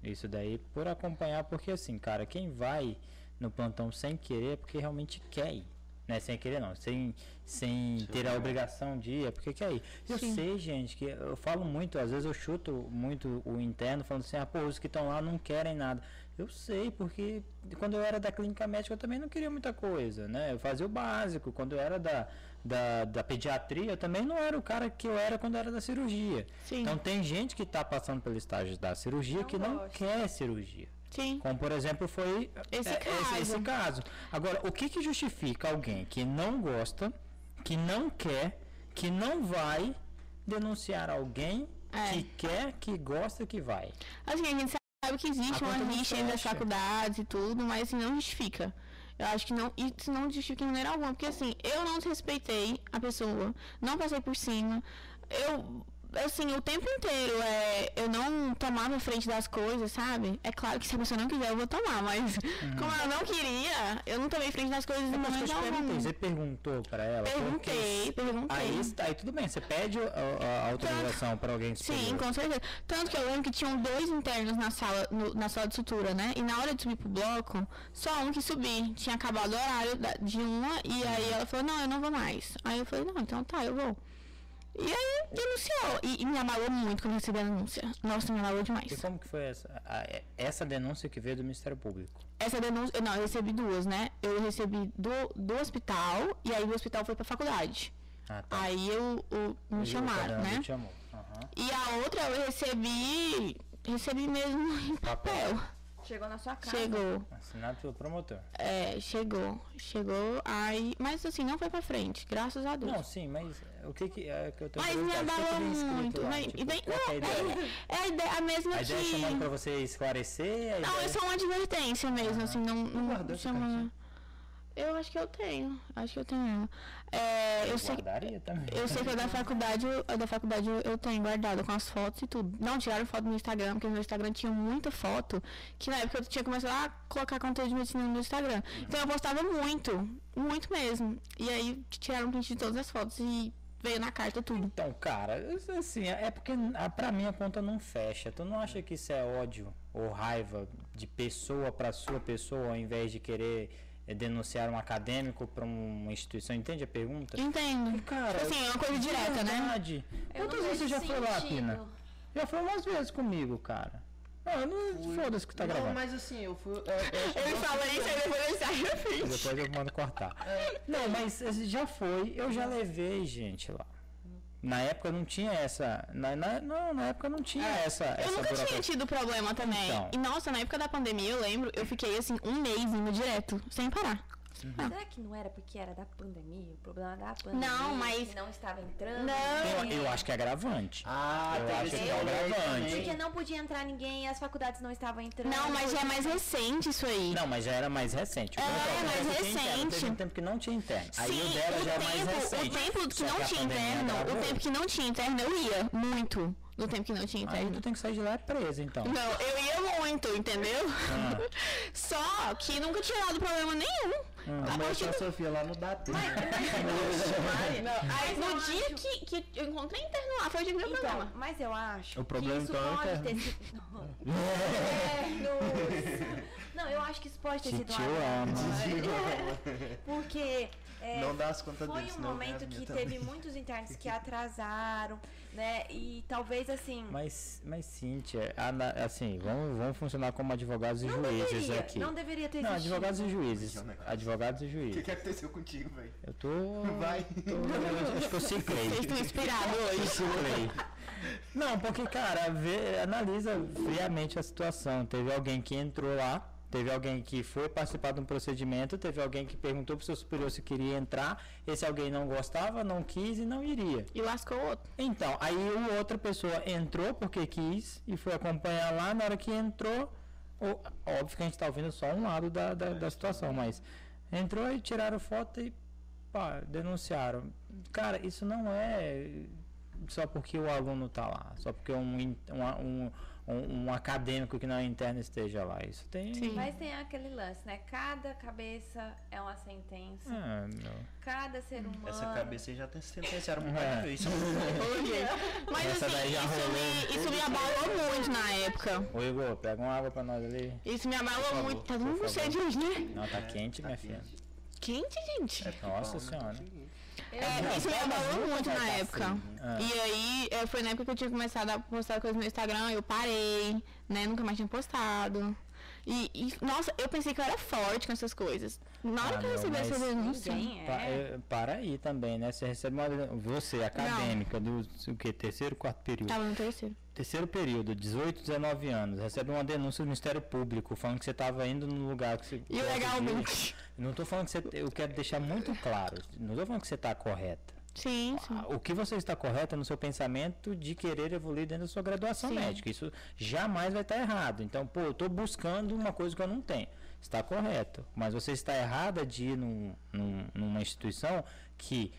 A: isso daí por acompanhar, porque assim, cara, quem vai no plantão sem querer é porque realmente quer ir. Né? Sem querer não, sem, sem ter a obrigação de ir, é porque quer ir. Eu
C: Sim.
A: sei, gente, que eu falo muito, às vezes eu chuto muito o interno falando assim, ah, pô, os que estão lá não querem nada. Eu sei, porque quando eu era da clínica médica eu também não queria muita coisa, né? Eu fazia o básico. Quando eu era da, da, da pediatria, eu também não era o cara que eu era quando eu era da cirurgia.
C: Sim.
A: Então tem gente que tá passando pelo estágio da cirurgia
D: Não
A: que não
D: gosta.
A: quer cirurgia.
C: Sim.
A: Como por exemplo foi
C: Esse
A: é,
C: caso.
A: esse caso. Agora, o que, que justifica alguém que não gosta, que não quer, que não vai denunciar alguém
C: É.
A: que quer, que gosta, que vai?
C: Assim, a gente sabe que existe
A: A conta
C: uma
A: não
C: rixa entre as
A: fecha.
C: faculdades e tudo, mas assim, não justifica. Eu acho que não, isso não justifica em maneira alguma, porque assim, eu não desrespeitei a pessoa, não passei por cima, eu assim, o tempo inteiro é, eu não tomava frente das coisas, sabe? É claro que se a pessoa não quiser, eu vou tomar, mas [laughs]
A: Uhum.
C: como ela não queria, eu não tomei frente das coisas em
A: Mas É que eu
C: momento
A: te perguntei,
C: algum.
A: você perguntou pra ela?
C: um. Perguntei, perguntei. Então,
A: Aí, está- aí tudo bem, você pede a, a autorização pra alguém
C: Sim, então
A: superior.
C: com certeza. Tanto que eu lembro que tinham dois internos na sala, no- na sala de sutura, né? E na hora de subir pro bloco, só um que subir. Tinha acabado o horário da- de uma, e aí ela falou, não, eu não vou mais. Aí eu falei, não, então tá, eu vou. E aí denunciou. E, e me abalou muito quando eu recebi a denúncia. Nossa, me abalou demais.
A: E como que foi essa, a- a- essa denúncia que veio do Ministério Público?
C: Essa denúncia. Não, eu recebi duas, né? Eu recebi do, do hospital, e aí o hospital foi pra faculdade.
A: Ah,
C: Aí eu, eu- me
A: E o
C: chamaram,
A: Fernando
C: né?
A: Te amou. Aham.
C: E a outra eu recebi. Recebi mesmo em papel.
D: Chegou na sua casa.
C: Chegou,
A: Assinado pelo promotor.
C: é, chegou, chegou, aí, mas assim, não foi pra frente, graças a Deus.
A: Não, sim, mas o que que é que eu tenho
C: mas me
A: curiosidade, o que que
C: abalou
A: vem escrito
C: muito,
A: lá?
C: mas- e
A: Tipo,
C: bem-
A: qual que é a
C: não,
A: ideia?
C: é, é a ideia a mesma
A: A
C: que...
A: ideia é chamando pra você esclarecer, a
C: Não,
A: ideia-
C: é só uma advertência mesmo, assim, não, não,
B: guardou essa
C: chama... Eu acho que eu tenho, acho que eu tenho. É, eu sei...
A: guardaria também.
C: Eu sei que a da faculdade, eu- a da faculdade eu- eu tenho guardado com as fotos e tudo. Não, tiraram foto do meu Instagram, porque no meu Instagram tinha muita foto, que na época eu tinha começado a colocar conteúdo de medicina no meu Instagram. Então eu postava muito, muito mesmo. E aí tiraram um print de todas as fotos e veio na carta tudo.
A: Então, cara, isso, assim, é porque a, pra mim a conta não fecha. Tu não acha que isso é ódio ou raiva de pessoa pra sua pessoa, ao invés de querer eh, denunciar um acadêmico pra um, uma instituição? Entende a pergunta?
C: Entendo.
A: Cara,
C: Assim, é uma coisa
A: de
C: direta, né?
A: verdade,
D: Eu não
A: Quantas vezes você
D: vejo
A: já foi lá,
D: sentido.
A: Pina? Já foi umas vezes comigo, cara. Ah, não foda-se que tá
B: não,
A: gravando.
B: mas assim, eu fui. eu- eu-
C: Ele
B: eu-
C: fala isso, aí depois ele sai da frente.
A: Depois eu mando cortar.
C: É.
A: Não, mas esse já foi. Eu já levei gente lá. Na época não tinha essa. Na, na- não, na época não tinha essa.
C: É, Eu
A: essa
C: nunca tinha
A: burocracia.
C: tido problema também.
A: Então.
C: E nossa, na época da pandemia, eu lembro, eu fiquei assim um mês indo direto, sem parar.
D: Será que não era porque era da pandemia? O problema da pandemia.
C: Não, mas-
D: Que não estava entrando.
C: Não.
A: Eu, eu acho que é agravante.
B: Ah,
A: Eu
B: teve
A: acho
B: esse
A: que é um
B: rolê aí
A: agravante.
B: também.
D: Porque não podia entrar ninguém, as faculdades não estavam entrando.
C: Não, mas já é mais recente isso aí.
A: Não, mas já era mais recente. O
C: É,
A: problema que
C: mais
A: que tinha interno,
C: recente.
A: Teve um tempo que não tinha interno. Aí
C: Sim,
A: o dela já é mais
C: tempo-
A: recente.
C: O tempo que
A: Só
C: não
A: a
C: tinha
A: pandemia
C: interno, o
A: agravou.
C: tempo que não tinha interno, eu ia muito. No tempo que não tinha
A: Aí
C: interno.
A: tu tem que sair de lá preso,
C: [laughs]
A: então.
C: Não, eu ia muito, entendeu?
A: Ah.
C: [laughs] Só que nunca tinha dado problema nenhum. A
B: Mas
C: partir
B: a
C: do-
B: Sofia lá no Datê.
C: [laughs] Aí, no
D: eu
C: dia
D: acho-
C: que, que eu encontrei interno lá, foi o dia do meu
D: Então,
C: um problema.
D: mas eu acho
E: O problema,
D: que isso
E: então, é o
D: pode
E: interno.
D: ter sido. [laughs] Internos. Não, eu acho que isso pode ter sido um
A: Sentiu
D: uma-
A: a alma.
D: Porque é,
B: Não dá as contas
D: foi
B: dele,
D: um
B: senão eu
D: momento
B: rasgo
D: que
B: minha
D: teve
B: também.
D: muitos internos que atrasaram, né? E talvez assim.
A: Mas, mas Cíntia, ana- assim, vamos, vamos funcionar como advogados e
D: não
A: juízes
D: deveria,
A: aqui.
D: não deveria ter
A: Não,
D: existido.
A: advogados e juízes. Advogados e
B: [laughs] O que,
A: juízes.
B: que aconteceu contigo, velho?
A: Eu tô.
B: Vai.
A: Eu acho que eu ciclei.
C: Vocês estão inspirados hoje.
A: Ciclei. Não, porque, cara, vê, analisa friamente a situação. Teve alguém que entrou lá, teve alguém que foi participar de um procedimento, teve alguém que perguntou pro seu superior se queria entrar, esse alguém não gostava, não quis e não iria.
C: E lascou o outro.
A: Então, aí o outra pessoa entrou porque quis e foi acompanhar lá. Na hora que entrou, o- óbvio que a gente tá ouvindo só um lado da, da, da situação, mas entrou e tiraram foto e pá, denunciaram. Cara, isso não é só porque o aluno tá lá, só porque um, in- uma- um, um, um acadêmico que não é interno esteja lá. Isso tem.
C: Sim.
D: Mas tem aquele lance, né? Cada cabeça é uma sentença.
A: Ah, meu.
D: Cada ser humano.
B: Hum. Essa cabeça aí já
A: tá
B: até sentenciaram um
A: É.
B: pouquinho isso.
D: [laughs]
C: Mas
A: Essa
C: assim,
A: daí já
C: isso me, isso
A: é
C: me abalou muito na época.
A: Ô Igor, pega uma água pra nós ali.
C: Isso me abalou
B: favor,
C: muito. Tá todo
A: por
C: mundo com
A: favor.
C: sede hoje, né?
A: Não,
B: É.
A: tá quente, minha filha. É
C: Quente, gente.
A: Nossa senhora.
D: um
C: É,
A: Não,
C: isso me
A: pega
C: abalou
A: junto,
C: muito
A: vai
C: na
A: dar
C: época.
A: assim. Ah.
C: E aí, é, foi na época que eu tinha começado a postar coisas no meu Instagram, eu parei, né? Nunca mais tinha postado. E, e, nossa, eu pensei que eu era forte com essas coisas. Na hora
A: Ah,
C: que eu
A: não,
C: recebi essa
A: mas-
C: denúncia.
D: Sim,
A: Pa-
D: é.
A: eh, para aí também, né? Você recebe uma. Você, acadêmica, do o quê? Terceiro, quarto período.
C: Tava no terceiro.
A: Terceiro período, 18, 19 anos. Recebe uma denúncia do Ministério Público falando que você estava indo no lugar que você.
C: E legalmente.
A: Não tô falando que você. Eu quero deixar muito claro. Não tô falando que você está correta. Ah,
C: Sim, sim.
A: O que você está correto é no seu pensamento de querer evoluir dentro da sua graduação
C: Sim.
A: médica. Isso jamais vai estar errado. Então, pô, eu estou buscando uma coisa que eu não tenho. Está correto. Mas você está errada de ir num- num- numa instituição que,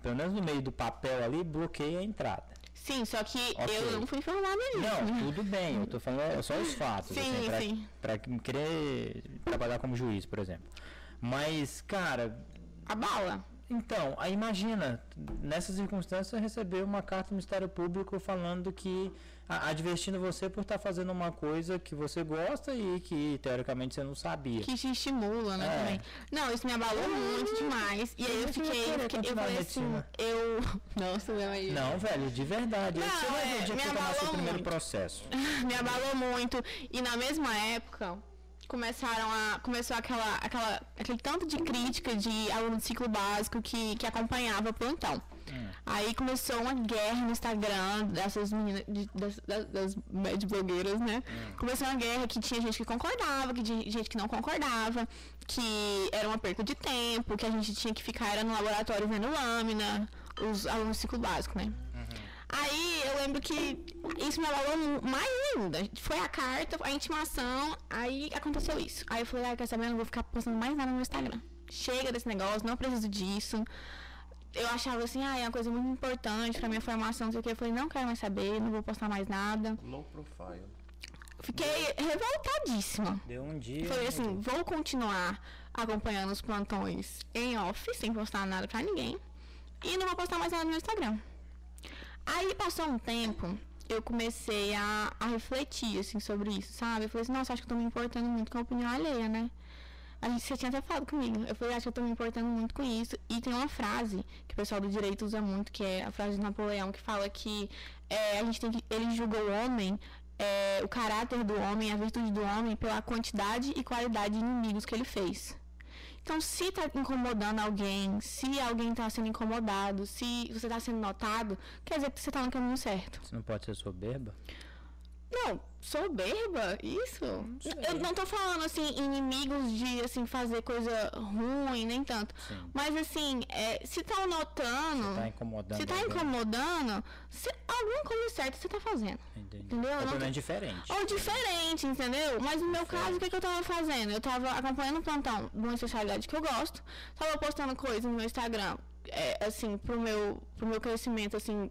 A: pelo menos no meio do papel ali, bloqueia a entrada.
C: Sim, só que
A: Ok.
C: eu não fui informada disso. né?
A: Não, tudo bem, eu tô falando é só os fatos.
C: Sim,
A: assim, pra,
C: sim.
A: pra querer trabalhar como juiz, por exemplo. Mas, cara,
C: A bala.
A: então, aí imagina, nessa circunstância, receber uma carta do Ministério Público falando que. a- advertindo você por estar fazendo uma coisa que você gosta e que, teoricamente, você não sabia.
C: Que te estimula, né,
A: É.
C: também. Não, isso me abalou muito demais. E aí
A: Eu
C: eu fiquei,
A: queria
C: eu, fiquei, eu
A: continuar
C: falei assim,
A: medicina.
C: eu... [laughs] Nossa, não, aí...
A: Não, velho, de verdade.
C: Não,
A: você vai ver
C: é,
A: o dia
C: me
A: que você tomar seu
C: abalou
A: primeiro
C: muito.
A: processo.
C: me abalou muito. E na mesma época, começaram a. Começou aquela, aquela, aquele tanto de crítica de aluno do ciclo básico que, que acompanhava o plantão. Aí começou uma guerra no Instagram dessas meninas, de- das, das, das bad blogueiras, né? Começou uma guerra que tinha gente que concordava, que tinha gente que não concordava, que era uma perca de tempo, que a gente tinha que ficar era no laboratório vendo lâmina, os alunos do ciclo básico, né? Aí eu lembro que isso me abalou mu- mais ainda. Foi a carta, a intimação, aí aconteceu isso. Aí eu falei, ah, quer saber? Eu não vou ficar postando mais nada no meu Instagram. Chega desse negócio, não preciso disso. Eu achava assim, ah, é uma coisa muito importante pra minha formação, não sei o que. Eu falei, não quero mais saber, não vou postar mais nada.
B: Low profile.
C: Fiquei revoltadíssima.
A: Deu um dia.
C: Falei assim, vou continuar acompanhando os plantões em off, sem postar nada pra ninguém. E não vou postar mais nada no meu Instagram. Aí passou um tempo, eu comecei a, a refletir, assim, sobre isso, sabe? Eu falei assim, nossa, acho que eu tô me importando muito com a opinião alheia, né? A gente, você tinha até falado comigo. Eu falei, "Ah, acho que eu tô me importando muito com isso. E tem uma frase que o pessoal do direito usa muito, que é a frase de Napoleão, que fala que é, a gente tem que. Ele julga o homem, é, o caráter do homem, a virtude do homem, pela quantidade e qualidade de inimigos que ele fez. Então, se tá incomodando alguém, se alguém tá sendo incomodado, se você tá sendo notado, quer dizer que você tá no caminho certo.
A: Você não pode ser soberba?
C: Não, soberba? Isso? eu não tô falando, assim, inimigos de, assim, fazer coisa ruim, nem tanto.
A: Sim.
C: Mas, assim, é, se estão notando,
A: Tá incomodando.
C: se tá
A: alguém?
C: incomodando, se, alguma coisa certa você tá fazendo.
A: Entendi.
C: Entendeu?
A: Tá
C: Não
A: pelo
C: tem-
A: menos diferente.
C: Ou diferente, entendeu? Mas no meu caso, o que, que eu tava fazendo? Eu tava acompanhando o plantão de uma especialidade que eu gosto, tava postando coisas no meu Instagram, é, assim, pro meu, pro meu crescimento, assim,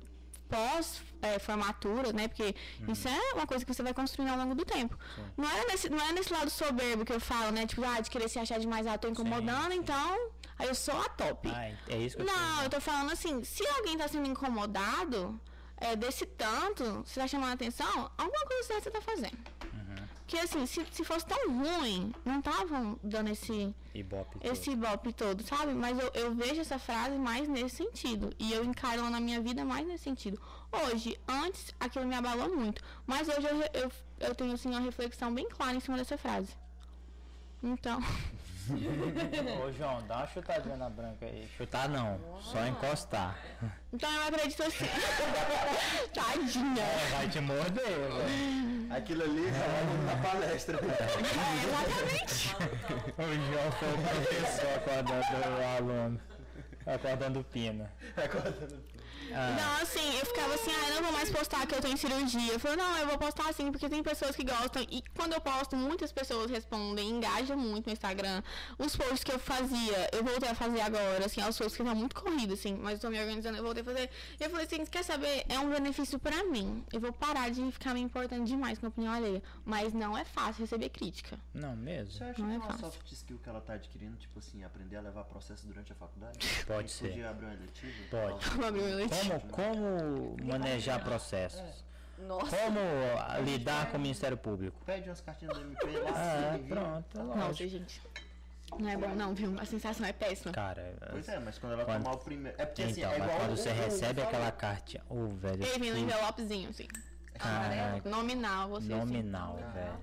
C: pós-formatura, né? Porque isso é uma coisa que você vai construindo ao longo do tempo. Não é, nesse, não é nesse lado soberbo que eu falo, né? Tipo, ah, de querer se achar demais, ah, tô incomodando, então, aí eu sou a top.
A: Ah, é isso que eu
C: Não, eu tô falando assim, se alguém tá sendo incomodado é, desse tanto, se tá chamando a atenção, alguma coisa certa você tá fazendo.
A: Uhum.
C: Porque assim, se, se fosse tão ruim, não estavam dando esse,
A: E Ibope. todo.
C: esse golpe todo, sabe? Mas eu, eu vejo essa frase mais nesse sentido. E eu encaro ela na minha vida mais nesse sentido. Hoje, antes, aquilo me abalou muito. Mas hoje eu, re- eu, eu tenho assim, uma reflexão bem clara em cima dessa frase. Então. [laughs]
A: Ô, João, dá uma chutadinha na branca aí. Chutar não, só encostar.
C: Então eu acredito
A: [laughs]
C: assim. Tadinha.
A: Vai te morder, velho.
B: Aquilo ali é na
A: [laughs]
B: palestra.
C: É, exatamente.
A: é O João [laughs] foi o professor acordando o aluno. Acordando o pino.
C: Não, assim, eu ficava assim, ah, eu não vou mais postar que eu tô em cirurgia. Eu falei, não, eu vou postar assim, porque tem pessoas que gostam. E quando eu posto, muitas pessoas respondem, engajam muito no Instagram. Os posts que eu fazia, eu voltei a fazer agora, assim, aos posts que tá muito corrido, assim, mas eu tô me organizando, eu voltei a fazer. E eu falei assim, quer saber? É um benefício pra mim. Eu vou parar de ficar me importando demais com a opinião alheia. Mas não é fácil receber crítica. [laughs]
A: Não
B: Você
A: mesmo?
B: acha
C: Não
B: que
C: é
B: é uma
C: fácil.
B: soft skill que ela tá adquirindo, tipo assim, aprender a levar processo durante a faculdade? A
A: Pode
B: gente
A: ser.
B: Podia abrir uma eletiva?
A: Pode.
C: Vamos abrir meu leite.
A: Como, como manejar
C: É.
A: processos?
B: é.
D: Nossa.
A: Como ah, lidar com o Ministério Público?
B: Pede umas cartinhas do MP lá. assim,
A: Ah,
B: e envia.
A: pronto,
C: Nossa,
A: lógico.
C: gente. Não é bom não, viu? A sensação é péssima.
A: Cara,
B: Pois é, mas quando ela
A: Quando-
B: tomar o primeiro. É porque assim,
A: então,
B: é
A: mas
B: igual.
A: quando
B: o-
A: você
B: o- o-
A: recebe
B: o-
A: aquele aquela cartinha. Ô, velho.
C: Ele vem no
A: que
C: envelopezinho, assim.
A: Caraca,
C: Nominal, você. assim.
A: nominal, velho.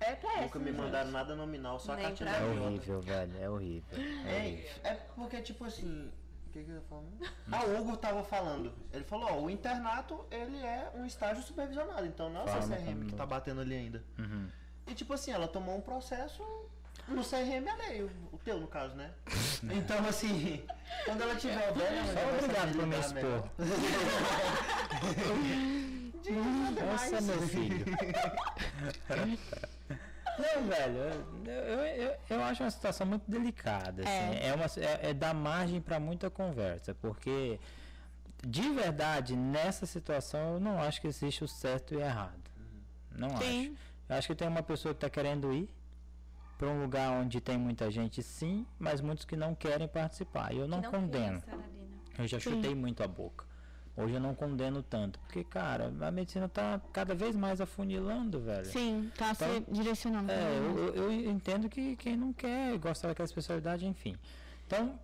D: É péssimo.
B: Nunca me mandaram nada nominal, só a
D: Nem
B: cartinha
D: pra
A: É
B: da
D: mim.
B: Jota.
A: horrível, velho. É horrível. É horrível. Hum.
B: É, é porque, tipo assim. O que, que eu ia falar? Ah, o Hugo tava falando. Ele falou, ó, o internato, ele é um estágio supervisionado. Então não é
A: Fala, Uhum.
B: o CRM
A: como-
B: que tá batendo ali ainda. E tipo assim, ela tomou um processo no CRM alheio. O teu, no caso,
A: [laughs]
B: né? Então, assim, quando ela tiver o dela, ela
A: Só
B: vai
A: obrigado
B: saber
A: por me
B: lidar melhor. [laughs]
A: expor. Nossa, é meu filho. Não, velho, eu, eu, eu- eu acho uma situação muito delicada. assim. É, uma, é, é dar margem para muita conversa, porque de verdade, nessa situação, eu não acho que existe o certo e errado. Não
C: Sim.
A: acho. Eu acho que tem uma pessoa que está querendo ir para um lugar onde tem muita gente, sim, mas muitos que não querem participar. E eu não,
D: não
A: condeno.
D: queria estar ali, né?
A: Eu já chutei muito a boca. Hoje eu não condeno tanto. Porque, cara, a medicina tá cada vez mais afunilando, velho.
C: Sim, tá se
A: Então,
C: direcionando.
A: É, eu, eu- eu entendo que quem não quer gostar daquela especialidade, enfim. Então,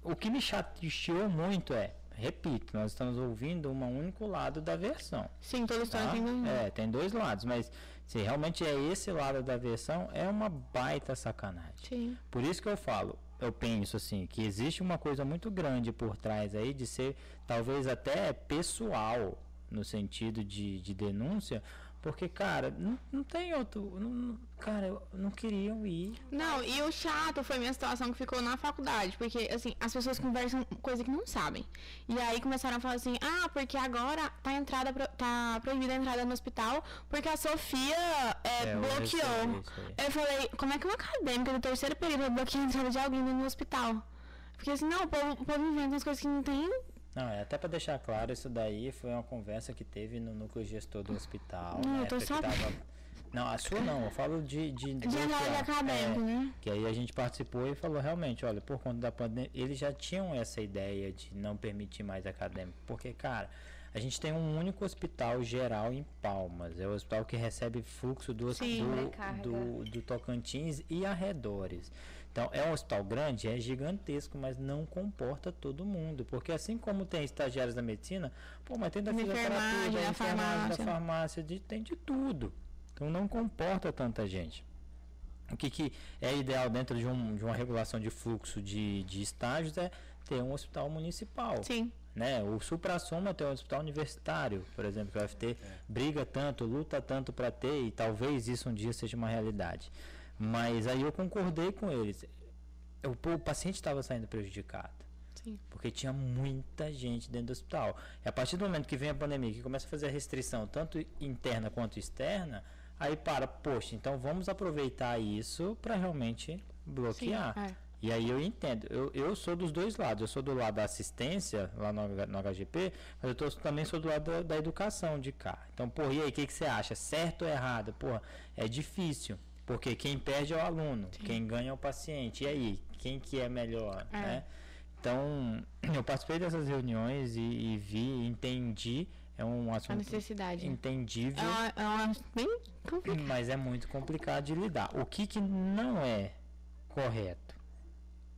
A: o que me chateou muito é, repito, nós estamos ouvindo um único lado da versão.
C: Sim, toda história
A: tá?
C: tem um.
A: É, tem dois lados, mas se realmente é esse lado da versão, é uma baita sacanagem.
C: Sim.
A: Por isso que eu falo, eu penso assim, que existe uma coisa muito grande por trás aí de ser talvez até pessoal no sentido de, de denúncia, porque, cara, não, não tem outro. não- não- cara, eu não queriam ir.
C: Não, e o chato foi minha situação que ficou na faculdade, porque assim, as pessoas conversam coisa que não sabem. E aí começaram a falar assim: "Ah, porque agora tá a entrada pro- tá proibida a entrada no hospital porque a Sofia é,
A: É, eu recebi
C: bloqueou".
A: isso aí.
C: Eu falei: "Como é que uma acadêmica do terceiro período bloqueia a entrada de alguém no hospital?" Porque assim, não, o povo, o povo inventa umas coisas que não tem.
A: Não, é até para deixar claro, isso daí foi uma conversa que teve no núcleo gestor do hospital.
C: Não,
A: na
C: eu tô
A: época que
C: só-
A: tava- Não, a sua não, eu falo de. De,
C: De entrada de acadêmico,
A: É,
C: né?
A: Que aí a gente participou e falou realmente, olha, por conta da pandemia, eles já tinham essa ideia de não permitir mais acadêmico, porque cara, a gente tem um único hospital geral em Palmas, é o hospital que recebe fluxo do,
C: Sim,
A: do,
D: sobrecarga.
A: do, do Tocantins e arredores. Então, é um hospital grande, é gigantesco, mas não comporta todo mundo. Porque assim como tem estagiários da medicina, pô, mas tem da
C: Da
A: fisioterapia,
C: enfermagem,
A: da
C: da
A: enfermagem, da
C: farmácia.
A: farmácia, de, tem de tudo. Então, não comporta tanta gente. O que, que é ideal dentro de, um- de uma regulação de fluxo de, de estágios é ter um hospital municipal
C: Sim.
A: né? O supra-soma tem um hospital universitário, por exemplo, que o FT briga tanto, luta tanto para ter e talvez isso um dia seja uma realidade. Mas aí eu concordei com eles. Eu- pô, o paciente estava saindo prejudicado.
C: Sim.
A: Porque tinha muita gente dentro do hospital. E a partir do momento que vem a pandemia, que começa a fazer a restrição, tanto interna quanto externa, aí para, poxa, então vamos aproveitar isso para realmente bloquear.
C: é.
A: E aí eu entendo. Eu, eu sou dos dois lados. Eu sou do lado da assistência, lá no, H- no HGP, mas eu tô- também sou do lado da, da educação de cá. Então, porra, e aí, o que, que você acha? Certo ou errado? Porra, é difícil. Porque quem perde é o aluno, quem ganha é o paciente. E aí, quem que é melhor,
C: É.
A: né? Então, [clears throat] eu participei dessas reuniões e, e vi, entendi. É um
C: A
A: assunto
C: necessidade. né?
A: entendível
C: É uma, é uma bem complicado.
A: mas é muito complicado de lidar. O que, que não é correto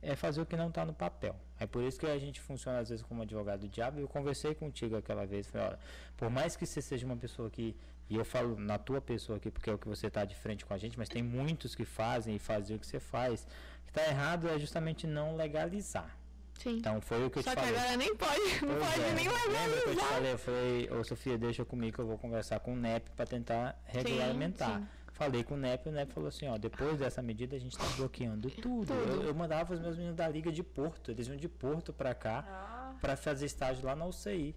A: é fazer o que não está no papel. É por isso que a gente funciona às vezes como advogado do diabo. Eu conversei contigo aquela vez, falei, olha, por mais que você seja uma pessoa que e eu falo na tua pessoa aqui porque é o que você está de frente com a gente, mas tem muitos que fazem e fazem o que você faz. O que está errado é justamente não legalizar.
C: Sim.
A: Então foi o que eu
C: Só
A: te
C: que
A: falei.
C: agora nem pode, não
A: Pois
C: pode
A: é.
C: nem
A: Lembra que eu te
C: legalizar.
A: falei? Eu falei, ô Sofia, deixa comigo que eu vou conversar com o NEP para tentar regulamentar.
C: sim.
A: Falei com o NEP e o NEP falou assim, ó, depois dessa medida a gente tá bloqueando tudo. Eu, eu mandava os meus meninos da Liga de Porto, eles iam de Porto para
B: Ah.
A: cá
C: Ah.
A: para fazer estágio lá na UCI.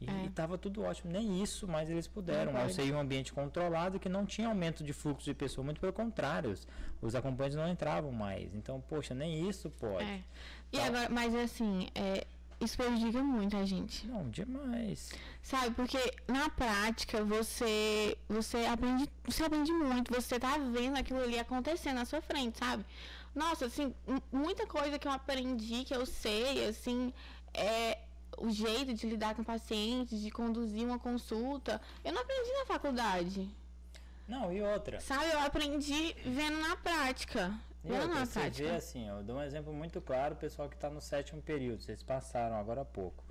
A: E,
C: É.
A: e tava tudo ótimo, nem isso mais eles puderam. A UCI é um ambiente controlado que não tinha aumento de fluxo de pessoa, muito pelo contrário, os, os acompanhantes não entravam mais. Então, poxa, nem isso pode. Tá.
C: É. E agora, mas assim, é, isso prejudica muito a gente.
A: Não, demais.
C: Sabe, porque na prática você você aprende, você aprende muito, você tá vendo aquilo ali acontecendo na sua frente, sabe? Nossa, assim, mu- muita coisa que eu aprendi, que eu sei, assim, é o jeito de lidar com pacientes, de conduzir uma consulta. Eu não aprendi na faculdade.
A: Não, e outra.
C: Sabe, eu aprendi vendo na prática.
A: E
C: Vendo
A: outra,
C: na
A: você vê
C: prática.
A: assim, eu dou um exemplo muito claro, o pessoal que está no sétimo período, vocês passaram agora há pouco,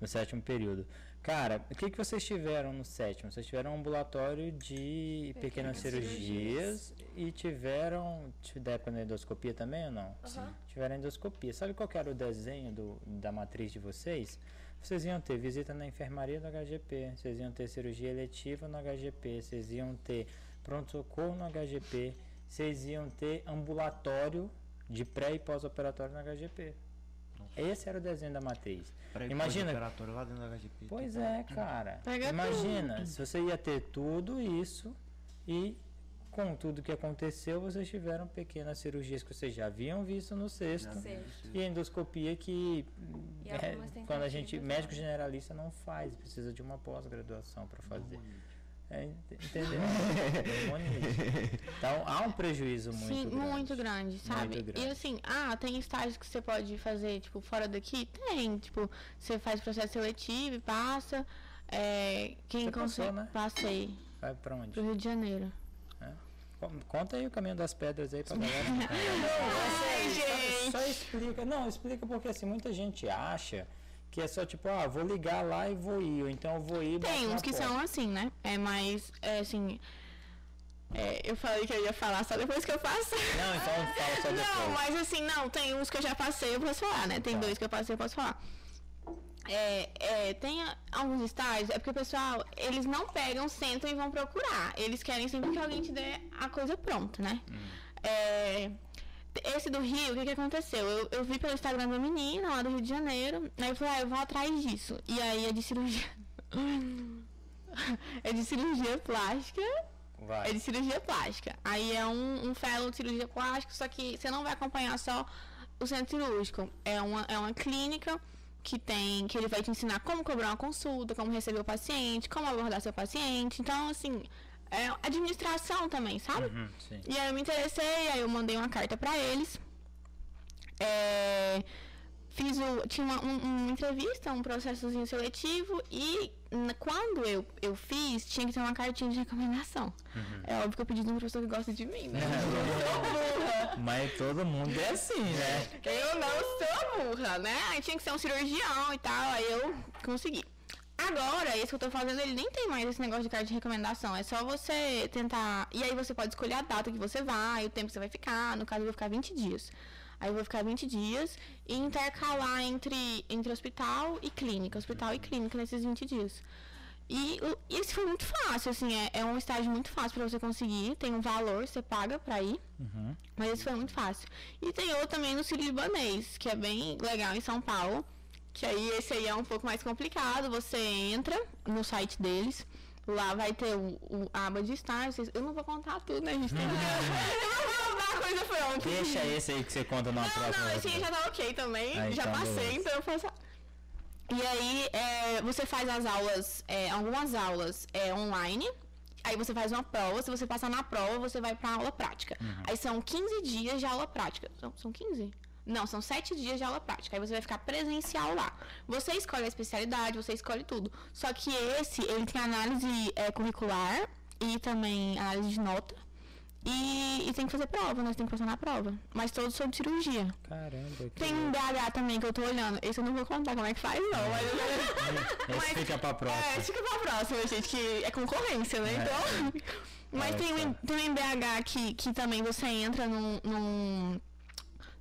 A: no sétimo período. Cara, o que, que vocês tiveram no sétimo? Vocês tiveram um ambulatório de pequenas, cirurgias, e tiveram, te- da época da endoscopia também ou não? Sim. Tiveram endoscopia. Sabe qual que era o desenho do- da matriz de vocês? Vocês iam ter visita na enfermaria do HGP, vocês iam ter cirurgia eletiva no HGP, vocês iam ter pronto-socorro no HGP, vocês iam ter ambulatório de pré e pós-operatório no HGP. Esse era o desenho da matriz. Imagina.
B: lá dentro da HGP.
A: Pois é, cara.
C: Pega
A: Imagina, se você ia ter tudo isso e com tudo que aconteceu, vocês tiveram pequenas cirurgias que vocês já haviam visto no
B: Tipo,
A: sexto.
B: tá
D: sei.
A: E a endoscopia que
D: E
A: é,
D: algumas
A: quando a gente
D: tentativas,
A: médico generalista não faz, precisa de uma pós-graduação para fazer. É, ent- entendeu? É
B: [laughs]
A: Hormonite. então há um prejuízo muito
C: Sim,
A: grande.
C: muito grande, sabe?
A: Muito grande.
C: E assim, ah, tem estágios que você pode fazer, tipo, fora daqui? Tem, tipo, você faz processo seletivo e passa. É, quem
A: Você passou,
C: consegue.
A: né?
C: Passei
A: Vai para onde?
C: pro Rio de Janeiro.
A: Com- Conta aí o caminho das pedras aí pra galera. Só explica. Não, explica porque assim, muita gente acha que é só tipo, ah, vou ligar lá e vou ir, ou então eu vou ir e
C: Tem
A: bato na
C: uns que
A: porta.
C: são assim, né? É, mas, é, assim. é, eu falei que eu ia falar só depois que eu passei.
A: Não, então fala só
C: Não,
A: depois.
C: mas assim, não, tem uns que eu já passei, eu posso falar, né? Tem
A: Tá.
C: dois que eu passei, eu posso falar. É, é, tem a- alguns estágios, é porque o pessoal, eles não pegam, sentam e vão procurar. Eles querem sempre que alguém te dê a coisa pronta, né?
A: Hum.
C: É, esse do Rio, o que, que aconteceu? Eu, eu vi pelo Instagram da menina lá do Rio de Janeiro, aí eu falei, ah, eu vou atrás disso. E aí é de cirurgia. [laughs] é de cirurgia plástica. É
A: Vai.
C: de cirurgia plástica. Aí é um, um fellow de cirurgia plástica, só que você não vai acompanhar só o centro cirúrgico. É uma, é uma clínica que tem que ele vai te ensinar como cobrar uma consulta, como receber o paciente, como abordar seu paciente. Então, assim, é administração também, sabe?
A: Uhum, sim.
C: E aí eu me interessei, aí eu mandei uma carta pra eles. É, fiz o, tinha uma, um- uma entrevista, um processozinho seletivo e n- quando eu, eu fiz, tinha que ter uma cartinha de recomendação. É óbvio que eu pedi de uma pessoa que gosta de mim, né?
A: Mas todo mundo é assim, né?
C: Eu não sou burra, né? Aí tinha que ser um cirurgião e tal, aí eu consegui. Agora, esse que eu tô fazendo, ele nem tem mais esse negócio de carta de recomendação. É só você tentar. E aí você pode escolher a data que você vai, o tempo que você vai ficar. No caso, eu vou ficar 20 dias. Aí eu vou ficar 20 dias e intercalar entre, entre hospital e clínica. Hospital e clínica nesses 20 dias. E o- isso foi muito fácil, assim. É, é um estágio muito fácil pra você conseguir. Tem um valor, você paga pra ir.
A: Uhum.
C: Mas isso foi muito fácil. E tem outro também no Círio Libanês, que é bem legal em São Paulo. Que aí esse aí é um pouco mais complicado. Você entra no site deles. Lá vai ter o, o aba de estágio. vocês- Eu não vou contar tudo,
A: [laughs]
C: né, gente? Tem que- Eu não vou contar a coisa pronta.
A: Deixa esse aí que você conta numa
C: Não,
A: próxima.
C: não, esse aí já tá ok também.
A: Ah,
C: já
A: então
C: passei,
A: beleza.
C: então eu faço. a- E aí, é, você faz as aulas, é, algumas aulas é, online. Aí você faz uma prova, se você passar na prova, você vai pra aula prática.
A: Uhum.
C: Aí são 15 dias de aula prática. São, são 15? Não, são 7 dias de aula prática. Aí você vai ficar presencial lá. Você escolhe a especialidade, você escolhe tudo. Só que esse, ele tem análise é, curricular e também análise de nota. E, e tem que fazer prova, né? Você tem que passar na prova. Mas todos sobre cirurgia.
A: Caramba, que...
C: Tem um BH também que eu tô olhando. Esse eu não vou contar como é que faz, não. Mas [laughs] eu...
A: Esse fica pra próxima.
C: um É, fica pra próxima, gente, que é concorrência, né? Então. Mas
A: É,
C: tem, um,
A: tá.
C: tem um BH que, que também você entra num. num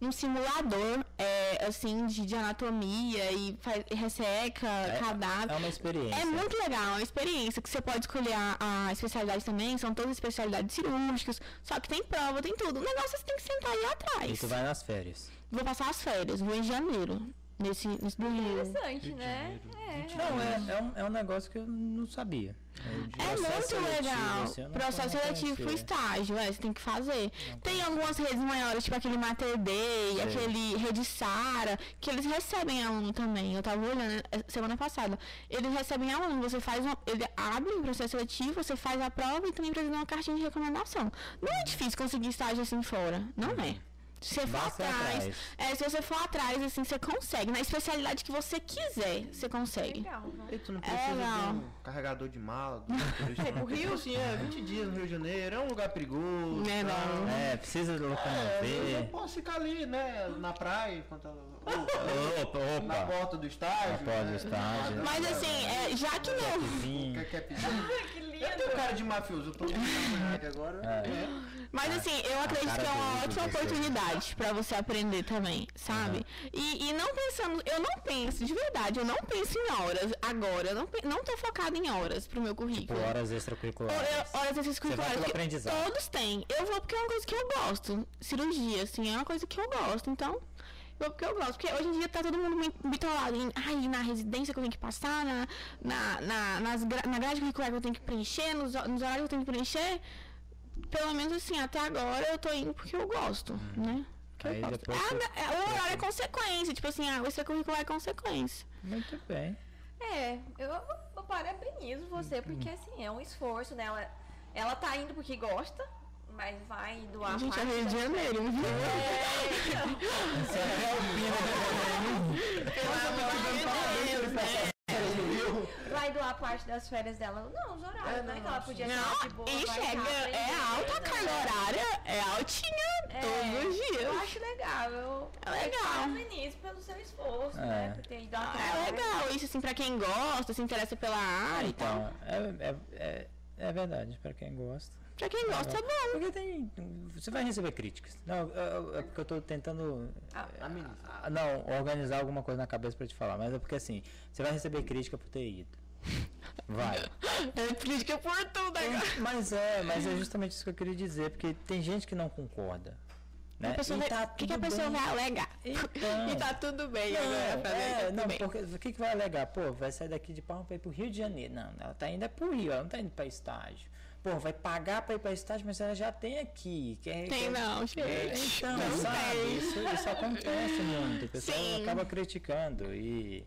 C: num simulador, é, assim, de, de anatomia e faz, resseca, cadáver.
A: é uma experiência.
C: É muito legal, é uma experiência que você pode escolher a, a especialidade também, são todas especialidades cirúrgicas, só que tem prova, tem tudo. O negócio é que você tem que sentar aí atrás.
A: E tu vai nas férias.
C: Vou passar as férias, vou em janeiro. Nesse, nesse do Rio.
D: Interessante, né? É.
A: Não, é, é, um, é um negócio que eu não sabia.
C: É muito legal.
A: assim,
C: Processo
A: é
C: seletivo pro estágio, é, você tem que fazer. Tem algumas redes maiores, tipo aquele MaterD, aquele Rede Sara, que eles recebem aluno também. Eu tava olhando eh, semana passada. Eles recebem aluno, você faz uma. Ele abre um processo seletivo, você faz a prova e também precisa de uma cartinha de recomendação. Não é difícil conseguir estágio assim fora, não é? Se você for
A: Basta ir
C: atrás,
A: atrás.
C: é, se você for atrás, assim, você consegue. Na especialidade que você quiser, você consegue.
D: Legal. né?
B: E tu não
C: É,
B: precisa
C: não.
B: de um carregador de mala. Do o Rio? Assim, é 20 dias no Rio de Janeiro, é um lugar perigoso.
C: É,
B: tal.
C: não.
A: É, precisa de
B: É, eu
A: locomover.
B: posso ficar ali, né, na praia, enquanto ela...
A: [laughs]
B: ou-
A: Opa,
B: na
A: opa.
B: porta do estágio.
A: Na porta do
B: né?
A: estágio.
B: Na-
C: Mas assim, é, já que não.
B: O
A: Sim.
B: que é que é pedir?
D: Que
B: Eu tenho cara de mafioso, eu tô aqui agora.
A: É.
C: Mas assim, eu acredito
A: cara
C: que é uma
A: dele,
C: ótima
A: desse.
C: oportunidade pra você aprender também, sabe? E, e não pensando, eu não penso, de verdade, eu não penso em horas agora, eu não, pe- não tô focada em horas pro meu
A: Tipo,
C: currículo.
A: horas
C: Hora-
A: extracurriculares.
C: Horas desses
A: vai
C: curriculares
A: pelo
C: que
A: aprendizado.
C: todos têm. Eu vou porque é uma coisa que eu gosto. Cirurgia, assim, é uma coisa que eu gosto. Então, eu vou porque eu gosto. Porque hoje em dia tá todo mundo muito bitolado em, ai, na residência que eu tenho que passar, na, na, na, nas gra- na grade curricular que eu tenho que preencher, nos, ho- nos horários que eu tenho que preencher. pelo menos assim, até agora eu tô indo porque eu gosto, né? Porque eu
A: Uhum. Aí
C: gosto.
A: depois
C: Ah,
A: você-
C: na- é, o horário é consequência, tipo assim, ah, o extracurricular é consequência.
A: Muito bem.
D: É, eu, eu parabenizo
C: Uhum.
D: você, porque assim, é um esforço, né? Ela, ela tá indo porque gosta, mas vai doar
C: Gente, é
D: parte
C: Rio de
D: da-
C: Janeiro, não
D: É,
C: [laughs]
D: vai doar parte das férias dela. Não, os horários,
B: É,
D: né?
B: não,
D: Que ela
B: acho
D: podia ficar de
C: Não,
D: boa.
C: e
D: vai
C: chega,
D: ficar
C: é
D: aprendendo,
C: alta a
D: né?
C: carga horária, é altinha
D: É,
C: todos os
D: Eu
C: dias.
D: acho legal. Eu,
C: É legal.
D: eu parabenizo pelo seu esforço,
A: É.
D: né? Por ter ido atrás.
C: É legal isso, assim, pra quem gosta, se interessa pela área e tal.
A: Então, é, é, é, é verdade, pra quem gosta.
C: Pra quem gosta, é bom.
A: Porque tem. Você vai receber críticas. Não, é- é é porque eu tô tentando. ah, Não, organizar alguma coisa na cabeça pra te falar. Mas é porque assim, você vai receber crítica por ter ido. Vai.
C: É crítica por tudo agora.
A: Mas é, mas é justamente isso que eu queria dizer, porque tem gente que não concorda. Né?
C: A pessoa
A: E
C: vai-
A: tá
C: o que, que a
A: tudo
C: pessoa
A: bem.
C: vai alegar?
A: Então.
C: e tá tudo bem agora. pra
A: Não,
C: mim, tá
A: é,
C: tudo
A: não,
C: bem.
A: porque o que, que vai alegar? Pô, vai sair daqui de Palma pra ir pro Rio de Janeiro. Não, ela tá indo é pro Rio, ela não tá indo pra estágio. Pô, vai pagar pra ir pra estágio, mas ela já tem aqui. Quer, quer-
C: Tem não,
A: É,
C: gente.
A: então,
C: não
A: sabe?
C: tem.
A: Isso, isso acontece muito. O pessoal
C: Sim.
A: acaba criticando. E,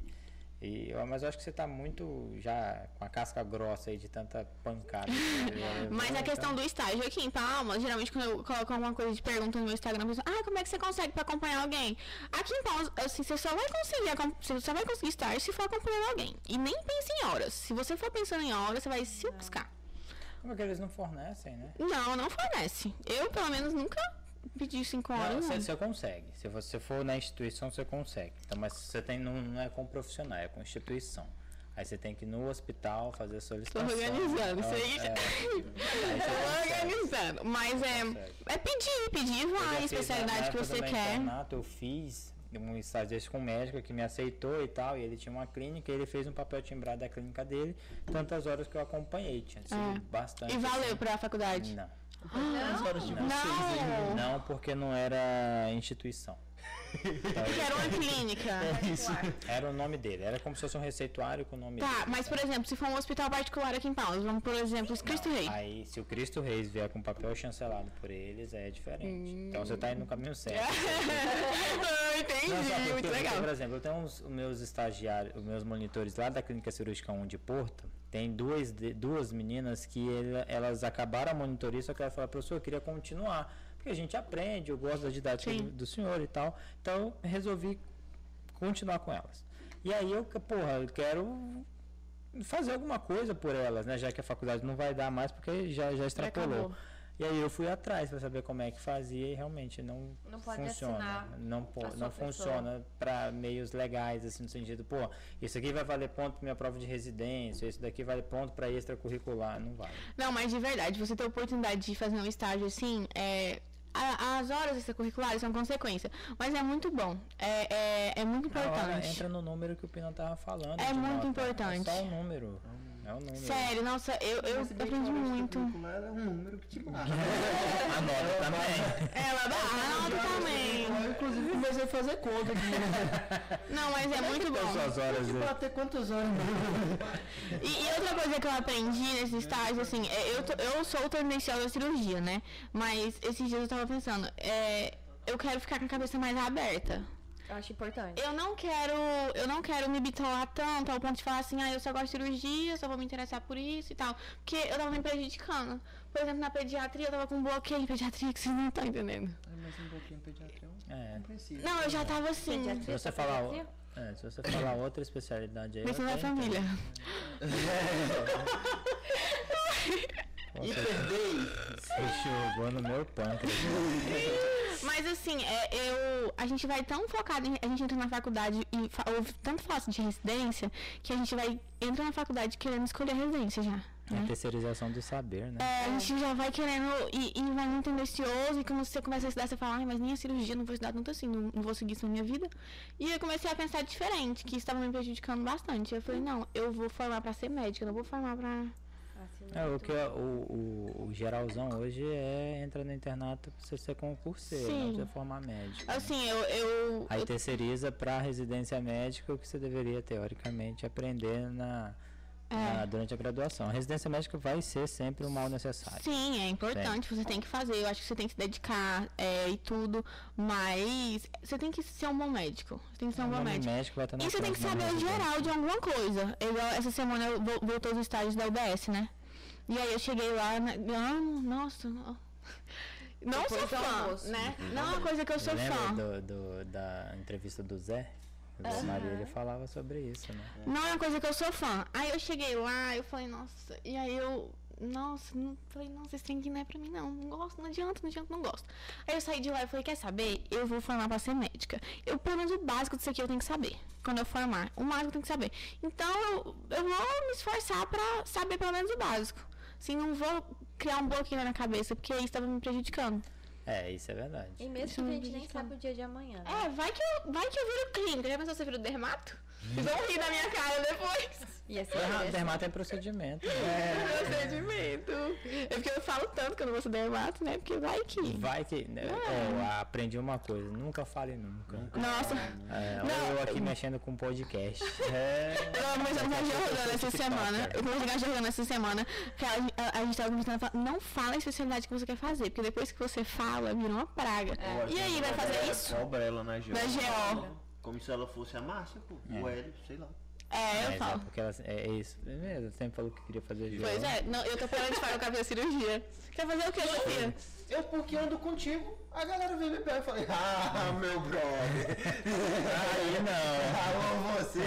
A: e, eu- mas eu acho que você tá muito já com a casca grossa aí de tanta pancada. que
C: [laughs]
A: você levou,
C: Mas a
A: então-
C: questão do estágio aqui em Palmas, geralmente quando eu coloco alguma coisa de pergunta no meu Instagram, a pessoa, ah, como é que você consegue pra acompanhar alguém? Aqui em Palmas, assim, você só vai conseguir, acom- você só vai conseguir estágio se for acompanhando alguém. E nem pense em horas. Se você for pensando em horas, você vai se buscar.
A: Como é que eles não fornecem, né?
C: Não, não fornece. Eu, pelo menos, nunca pedi cinco
A: Não,
C: horas.
A: você,
C: não.
A: você consegue. Se você for na instituição, você consegue. Então, mas você tem, não, não é com profissional, é com instituição. Aí você tem que ir no hospital fazer a
C: Tô
A: solicitação.
C: organizando, isso
A: Então,
C: aí.
A: é,
C: [laughs]
A: aí você
C: Tô
A: consegue.
C: organizando. Mas é, é pedir, pedir,
A: Tá Eu já
C: vai, a
A: fiz né? na
C: especialidade
A: época
C: que
A: então, do
C: você
A: meu
C: quer.
A: Internato, eu fiz um estágio com um médico que me aceitou e tal, e ele tinha uma clínica, e ele fez um papel timbrado da clínica dele, tantas horas que eu acompanhei, tinha sido
C: É.
A: bastante.
C: E valeu pra faculdade.
A: assim. Não.
E: As horas de
A: Não.
C: Não!
A: Não, porque não era
C: [laughs]
A: instituição. Então,
C: Porque era uma clínica.
A: É. [laughs] Era o nome dele, era como se fosse um receituário com o nome dele.
C: Tá, mas por exemplo, se for um hospital particular aqui em Palmas, vamos por exemplo, os Cristo Rei.
A: Aí, se o Cristo Reis vier com papel chancelado por eles, aí é diferente.
C: Hum.
A: Então você tá indo no caminho
C: [laughs]
A: certo.
C: [laughs] Ah,
A: Não, sabe
C: Entendi,
A: por
C: muito
A: quê? Porque,
C: legal.
A: Por exemplo, eu tenho uns- os meus estagiários, os meus monitores lá da Clínica Cirúrgica 1 de Porto. Tem duas, de- duas meninas que ele- elas acabaram a monitoria, só que ela falou, professor, eu queria continuar. Porque a gente aprende, eu gosto da didática
C: Sim.
A: do, do senhor e tal. Então, eu resolvi continuar com elas. E aí eu, porra, eu quero fazer alguma coisa por elas, né? Já que a faculdade não vai dar mais, porque já, já extrapolou.
C: acabou.
A: E aí eu fui atrás para saber como é que fazia e realmente não,
D: Não pode
A: funciona. né?
D: assinar
A: Não, po-
D: a sua
A: não
D: pessoa.
A: funciona para meios legais, assim, no sentido, pô, isso aqui vai valer ponto para minha prova de residência, isso daqui vale ponto para extracurricular, não vale.
C: Não, mas de verdade, você ter a oportunidade de fazer um estágio assim, é, a- as horas extracurriculares são consequência. Mas é muito bom. É, é, é muito
A: Na hora,
C: importante.
A: entra no número que o Pinão tava falando.
C: É
A: de
C: muito
A: nota.
C: importante.
A: É só um número. É um número.
C: Sério, nossa, eu, eu aprendi muito.
B: É um número que te
A: [laughs]
B: marca.
A: A nota também.
C: Ela dá alto também.
B: Ah, Inclusive, você fazer conta
C: Não, mas é muito bom.
A: Suas horas de-
B: bater quantas horas.
C: E, [laughs] e outra coisa que eu aprendi nesse estágio, assim, é, eu, tô- eu sou o tendencial da cirurgia, né? Mas esses dias eu tava pensando, é, eu quero ficar com a cabeça mais aberta.
D: Eu acho importante.
C: Eu não quero, eu não quero me bitolar tanto ao ponto de falar assim, ah, eu só gosto de cirurgia, só vou me interessar por isso e tal. Porque eu tava me prejudicando. Por exemplo, na pediatria eu tava com um bloqueio em pediatria que vocês não estão entendendo.
B: Mas um pouquinho pediatra é um
A: É.
B: princípio.
C: Não, eu já tava assim.
A: Se
D: Pediatria,
A: você falar, o-
D: pediatria?
A: é, se você falar outra especialidade aí.
C: Medicina da
A: eu até entendo.
C: é família.
B: [laughs]
C: [laughs]
A: Me perdi. Você jogou no meu pâncreas.
C: Mas assim, é, eu, a gente vai tão focado em. A gente entra na faculdade e fa- ouve tanto falar de residência que a gente vai. Entra na faculdade querendo escolher a residência já.
A: É a
C: né?
A: terceirização do saber, né?
C: É, a gente já vai querendo e, e vai muito tendencioso. E quando você começa a estudar, você fala, "Ai, mas nem a cirurgia, não vou estudar tanto assim, não, não vou seguir isso na minha vida. E eu comecei a pensar diferente, que isso estava me prejudicando bastante. Eu falei, não, eu vou formar pra ser médica, eu não vou formar pra.
D: Assim,
A: É, o,
D: muito-
A: que, o, o, o geralzão hoje é entra no internato pra você ser concurseiro,
C: Sim.
A: não pra você formar médico. né?
C: Assim, eu. eu,
A: Aí
C: eu
A: terceiriza pra residência médica o que você deveria, teoricamente, aprender na,
C: É.
A: na- durante a graduação. A residência médica vai ser sempre um mal necessário.
C: Sim, é importante, você tem que fazer, eu acho que você tem que se dedicar é, e tudo, mas você tem que ser um bom médico. Você tem que ser um
A: O
C: bom
A: nome
C: médico.
A: médico vai estar na
C: E você tem que
A: próxima
C: saber o
A: residência.
C: geral de alguma coisa. Eu, essa semana eu vol- voltei os estágios da UBS, né? E aí eu cheguei lá, né? não, nossa, não. [laughs] Não sou
D: Depois do
C: fã,
D: almoço.
C: né? Não é uma coisa que eu sou fã.
A: Uhum.
C: É.
A: Lembra do, do- da entrevista do Zé? O Zé Maria, ele falava sobre isso, né?
C: Não é uma coisa que eu sou fã. Aí eu cheguei lá, eu falei, nossa, e aí eu. Nossa, não, falei, nossa, esse trem aqui não é pra mim, não. Não gosto, não adianta, não adianta, não gosto. Aí eu saí de lá e falei, quer saber? Eu vou formar pra ser médica. Eu, pelo menos o básico disso aqui eu tenho que saber. Quando eu formar, o básico eu tenho que saber. Então eu, eu vou me esforçar pra saber pelo menos o básico. Assim, não vou criar um bloqueio na minha cabeça, porque isso tava me prejudicando.
A: É, isso é verdade.
D: E mesmo
C: Isso
D: que a
C: não
D: gente nem
C: acredito.
D: sabe o dia de amanhã. né?
C: É, vai que eu, vai que eu viro clínica. Já pensou se eu viro dermato? Vocês vão rir da minha cara depois.
D: E assim,
A: Derma- Dermato é procedimento. né?
C: É. procedimento. É porque eu falo tanto que eu não vou ser dermato, né? Porque vai que.
A: Vai que. né, Eu aprendi uma coisa, nunca fale nunca.
C: Nossa,
A: É, olha
C: Não,
A: eu aqui
C: eu-
A: mexendo com
C: [laughs]
A: podcast. É.
C: eu tava conversando com a Jordana essa
A: TikToker.
C: semana. Eu conversei com a Jordana essa semana. Que a, a- a gente tava conversando, ela falou, não fala a especialidade que você quer fazer, porque depois que você fala, vira uma praga.
B: É.
C: E aí, vai fazer
A: É.
C: isso?
B: Cobra ela na GO.
C: Na GO.
B: Como se ela fosse a Márcia, pô. O Hélio, sei lá.
C: É, eu
A: Mas é
C: falo.
A: porque ela, é, é isso. É mesmo, sempre falou que queria fazer jogo.
C: Pois é, não, eu tô falando de falar, eu quero fazer cirurgia. Quer fazer o que, Sofia?
B: Eu porque ando contigo, a galera veio me pegar e falei, ah, meu brother. Aí [laughs] não. Alô, você.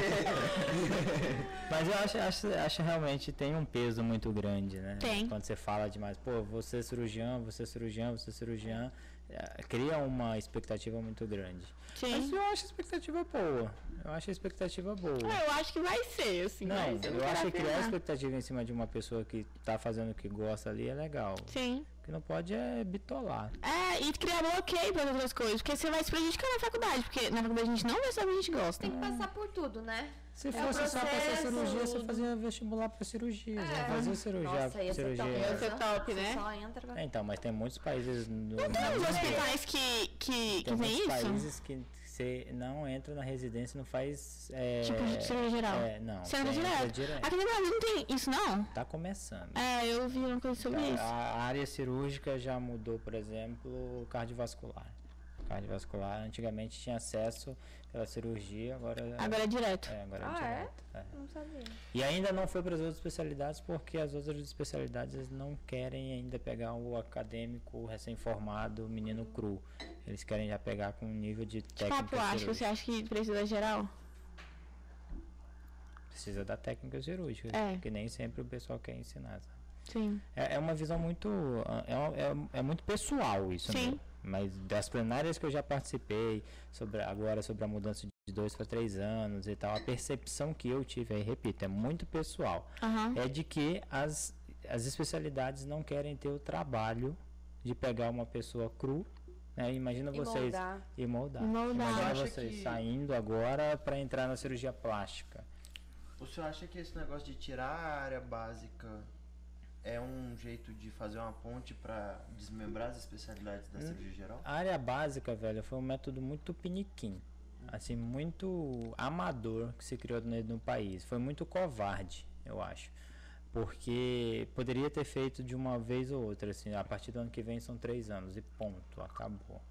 A: Mas eu acho, acho, acho realmente tem um peso muito grande, né?
C: Tem.
A: Quando você fala demais, pô, você é cirurgião, você cirurgião, você cirurgião, eh, cria uma expectativa muito grande. Mas
C: Sim.
A: eu acho a expectativa boa. Eu acho a expectativa boa.
C: Ah, Eu acho que vai ser, assim.
A: Não,
C: mas
A: eu
C: quero
A: acho que criar
C: afirmar.
A: expectativa em cima de uma pessoa que tá fazendo o que gosta ali é legal.
C: Sim.
A: O que não pode é bitolar.
C: É, e criar bloqueio para outras coisas, porque você vai se prejudicar na faculdade, porque na faculdade a gente não vai saber o que a gente gosta.
D: tem que passar por tudo, né?
C: É
A: Se
D: um
A: fosse só passar
D: processo,
A: cirurgia, você
D: tudo.
A: fazia vestibular pra cirurgia. Você não fazia cirurgia.
D: Nossa, ia ser
A: cirurgia.
D: top.
C: É. Ia ser top,
D: Você
C: né?
D: Só entra
A: É, então, mas tem muitos países no.
C: Não tem
A: no
C: uns
A: mundo,
C: hospitais que, que,
A: tem
C: que tem
A: muitos
C: isso?
A: países que você não entra na residência e não faz. É,
C: Tipo, de cirurgia geral.
A: É, não.
C: Você entra
A: entra
C: direto.
A: direto.
C: Aqui no Brasil não tem isso, não?
A: Tá começando.
C: É, eu vi uma coisa sobre
A: Tá,
C: isso.
A: A área cirúrgica já mudou, por exemplo, o cardiovascular. Cardiovascular, antigamente tinha acesso pela cirurgia, agora.
C: Agora é direto.
A: É, agora é
D: Ah, é?
A: direto. é?
D: Não sabia.
A: E ainda não foi para as outras especialidades, porque as outras especialidades eles não querem ainda pegar o acadêmico o recém-formado, o menino cru. Eles querem já pegar com um nível de
C: Que
A: técnica
C: papo acho? Você
A: cirúrgica.
C: Tipo, acha que precisa geral?
A: Precisa da técnica cirúrgica,
C: É.
A: que nem sempre o pessoal quer ensinar. sabe?
C: Sim.
A: É, é uma visão muito. É, um- é, é muito pessoal isso, né?
C: Sim.
A: Mas das plenárias que eu já participei, sobre, agora sobre a mudança de dois para três anos e tal, a percepção que eu tive, aí, repito, é muito pessoal.
C: Aham.
A: é de que as, as especialidades não querem ter o trabalho de pegar uma pessoa cru, né? Imagina
D: E
A: vocês
D: moldar.
A: e moldar.
C: E moldar.
A: Imagina
B: Acha
A: vocês
B: que-
A: saindo agora para entrar na cirurgia plástica.
B: [laughs] O senhor acha que esse negócio de tirar a área básica é um jeito de fazer uma ponte pra desmembrar as especialidades da cirurgia geral?
A: A área básica, velho, foi um método muito piniquim. Assim, muito amador que se criou no, no país. Foi muito covarde, eu acho. Porque poderia ter feito de uma vez ou outra, assim, a partir do ano que vem são três anos e ponto, acabou.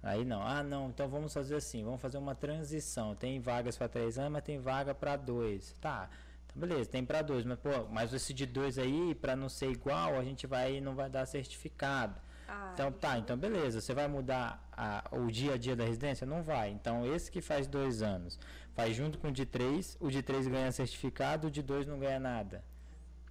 A: Aí não, ah não, então vamos fazer assim, vamos fazer uma transição. Tem vagas para três anos, mas tem vaga para dois. Tá, então beleza, tem para dois, mas pô, mas esse de dois aí, para não ser igual, a gente vai não vai dar certificado.
D: Ah,
A: Então tá, então beleza. Você vai mudar a- o dia a dia da residência? Não vai. Então esse que faz dois anos, faz junto com o de três, o de três ganha certificado, o de dois não ganha nada.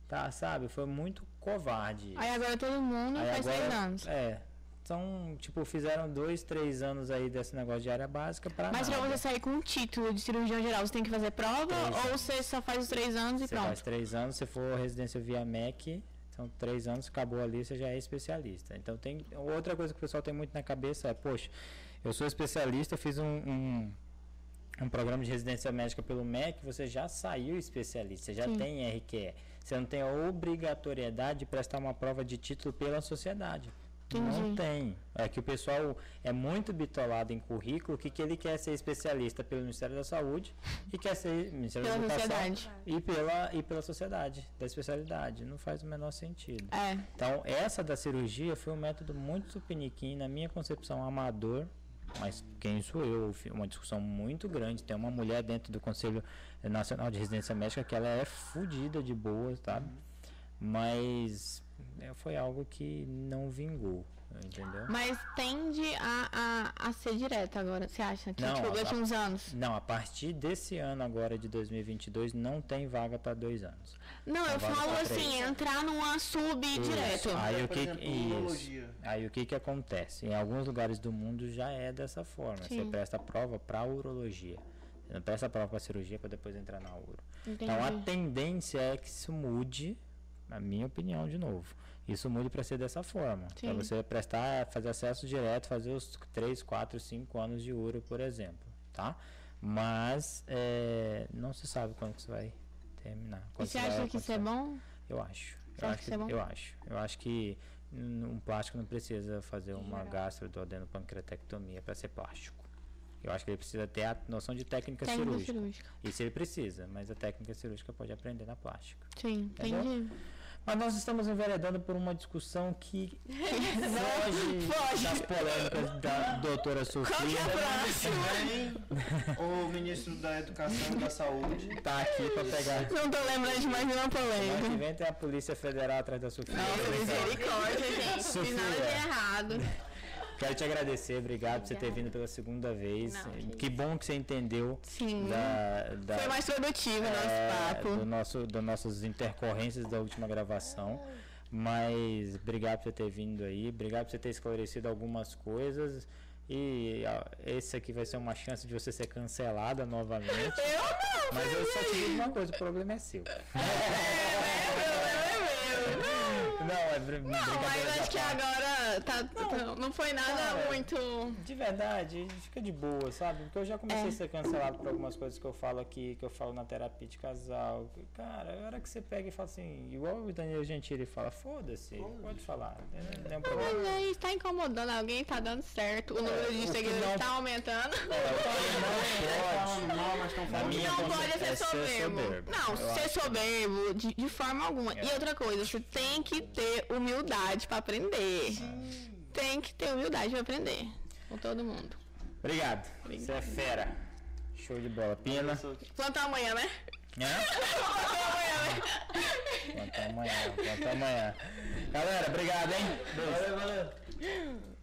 A: Tá, sabe? Foi muito covarde.
C: Aí agora todo mundo
A: Aí
C: faz
A: agora-
C: três anos.
A: É. Então, tipo, fizeram dois, três anos aí desse negócio de área básica pra
C: Mas pra
A: nada.
C: você sair com um título de cirurgião geral, você tem que fazer prova
A: Três
C: ou você só faz os três anos e
A: Você faz
C: pronto?
A: três anos, se for residência via MEC, são três anos, acabou ali, você já é especialista. Então tem. Outra coisa que o pessoal tem muito na cabeça é, poxa, eu sou especialista, eu fiz um, um, um programa de residência médica pelo MEC, você já saiu especialista, você já tem RQE. Você não tem a obrigatoriedade de prestar uma prova de título pela sociedade. Não
C: Entendi.
A: tem. É que o pessoal é muito bitolado em currículo que, que ele quer ser especialista pelo Ministério da Saúde e quer ser Ministério
C: Pela
A: da Educação
C: sociedade.
A: e pela, e pela sociedade, da especialidade. Não faz o menor sentido.
C: É.
A: Então, essa da cirurgia foi um método muito piniquim, na minha concepção, amador. Mas quem sou eu? Fi- Uma discussão muito grande. Tem uma mulher dentro do Conselho Nacional de Residência Médica que ela é fodida de boa, sabe? Mas é, foi algo que não vingou, entendeu?
C: Mas tende a, a, a ser direta agora, você acha? Que,
A: Não,
C: tipo,
A: a-
C: durante uns anos.
A: Não, a partir desse ano agora de 2022 não tem vaga para dois anos.
C: Não, eu
A: Agora tá
C: falo
A: três.
C: assim, entrar numa sub-direto.
A: Isso. Ah, Aí o
B: Por
A: que
B: exemplo,
A: isso.
B: urologia.
A: Aí o que que acontece? Em alguns lugares do mundo já é dessa forma.
C: Sim.
A: Você presta prova para urologia. Você não presta prova para cirurgia para depois entrar na uro. Então a
C: Entendi.
A: tendência é que isso mude, na minha opinião de novo. Isso mude para ser dessa forma. Para
C: Sim.
A: você prestar, fazer acesso direto, fazer os 3, 4, 5 anos de uro, por exemplo, tá? Mas é, não se sabe quando que isso vai terminar.
C: E
A: quando
C: você
A: vai
C: acha que isso é
A: acontecer.
C: bom?
A: Eu acho.
C: Você
A: Eu
C: acha
A: acho,
C: que
A: que,
C: isso é bom?
A: eu acho. Eu acho que n- um plástico não precisa fazer uma gastroduodenopancreatectomia para ser plástico. Eu acho que ele precisa ter a noção de técnica,
C: Técnica
A: cirúrgica.
C: cirúrgica.
A: Isso ele precisa, mas a técnica cirúrgica pode aprender na plástica.
C: Sim,
A: Entendeu?
C: entendi.
A: Mas nós estamos enveredando por uma discussão
C: [laughs]
A: que foge,
C: Foge.
A: das polêmicas da doutora
C: Qual que é
A: Sofia.
C: a próxima?
B: O ministro da Educação e da Saúde.
A: Tá aqui pra pegar.
C: Não tô lembrando de mais nenhuma
A: Mas que
C: polêmica.
A: vem tem a Polícia Federal atrás da Sofia. Então,
C: Nossa, misericórdia, gente. Fiz nada de
A: Sofia.
C: errado.
A: Quero te agradecer, obrigado por você ter vindo pela segunda vez. que bom que você entendeu
C: Sim.
A: da, da-
C: Foi mais produtivo o
A: é,
C: nosso
A: do
C: papo.
A: nosso, das nossas intercorrências da última gravação. Mas obrigado por você ter vindo aí, obrigado por você ter esclarecido algumas coisas. E ó, esse aqui vai ser uma chance de você ser cancelada novamente.
C: Eu não,
A: Mas eu só
C: foi
A: te
C: minha.
A: digo uma coisa, o problema é seu. Não, é br-
C: Não,
A: brincadeira
C: mas
A: da
C: acho que é
A: parte.
C: agora tá, não. não foi nada
A: Cara. Tá
C: muito.
A: De verdade, fica de boa, sabe? Porque eu já comecei
C: É.
A: a ser cancelado por algumas coisas que eu falo aqui, que eu falo na terapia de casal. Cara, a hora que você pega e fala assim, igual o Daniel Gentili fala, foda-se, pode falar, não é- não é um problema.
C: Mas aí tá incomodando alguém, tá dando certo. O número
A: É, o
C: de
A: que
C: seguidores
A: não-
C: tá aumentando.
B: Falam mal, mas estão
A: Na
B: falando.
C: O que
A: minha
C: não
A: conce-
C: pode é
A: é
C: ser
A: ser
C: soberbo.
A: soberbo.
C: Não,
A: Eu
C: ser
A: acho. É.
C: soberbo de, de forma alguma. E outra coisa, você tem que ter humildade pra aprender. Tem que ter humildade pra aprender. Com todo mundo.
A: Obrigado, você é fera. Show de bola, pina.
C: Plantar
A: [laughs]
C: amanhã, né?
A: Hã?
C: Plantar amanhã, né?
A: Conta amanhã, conta amanhã. Galera, obrigado, hein? Beijo.
B: Valeu, valeu.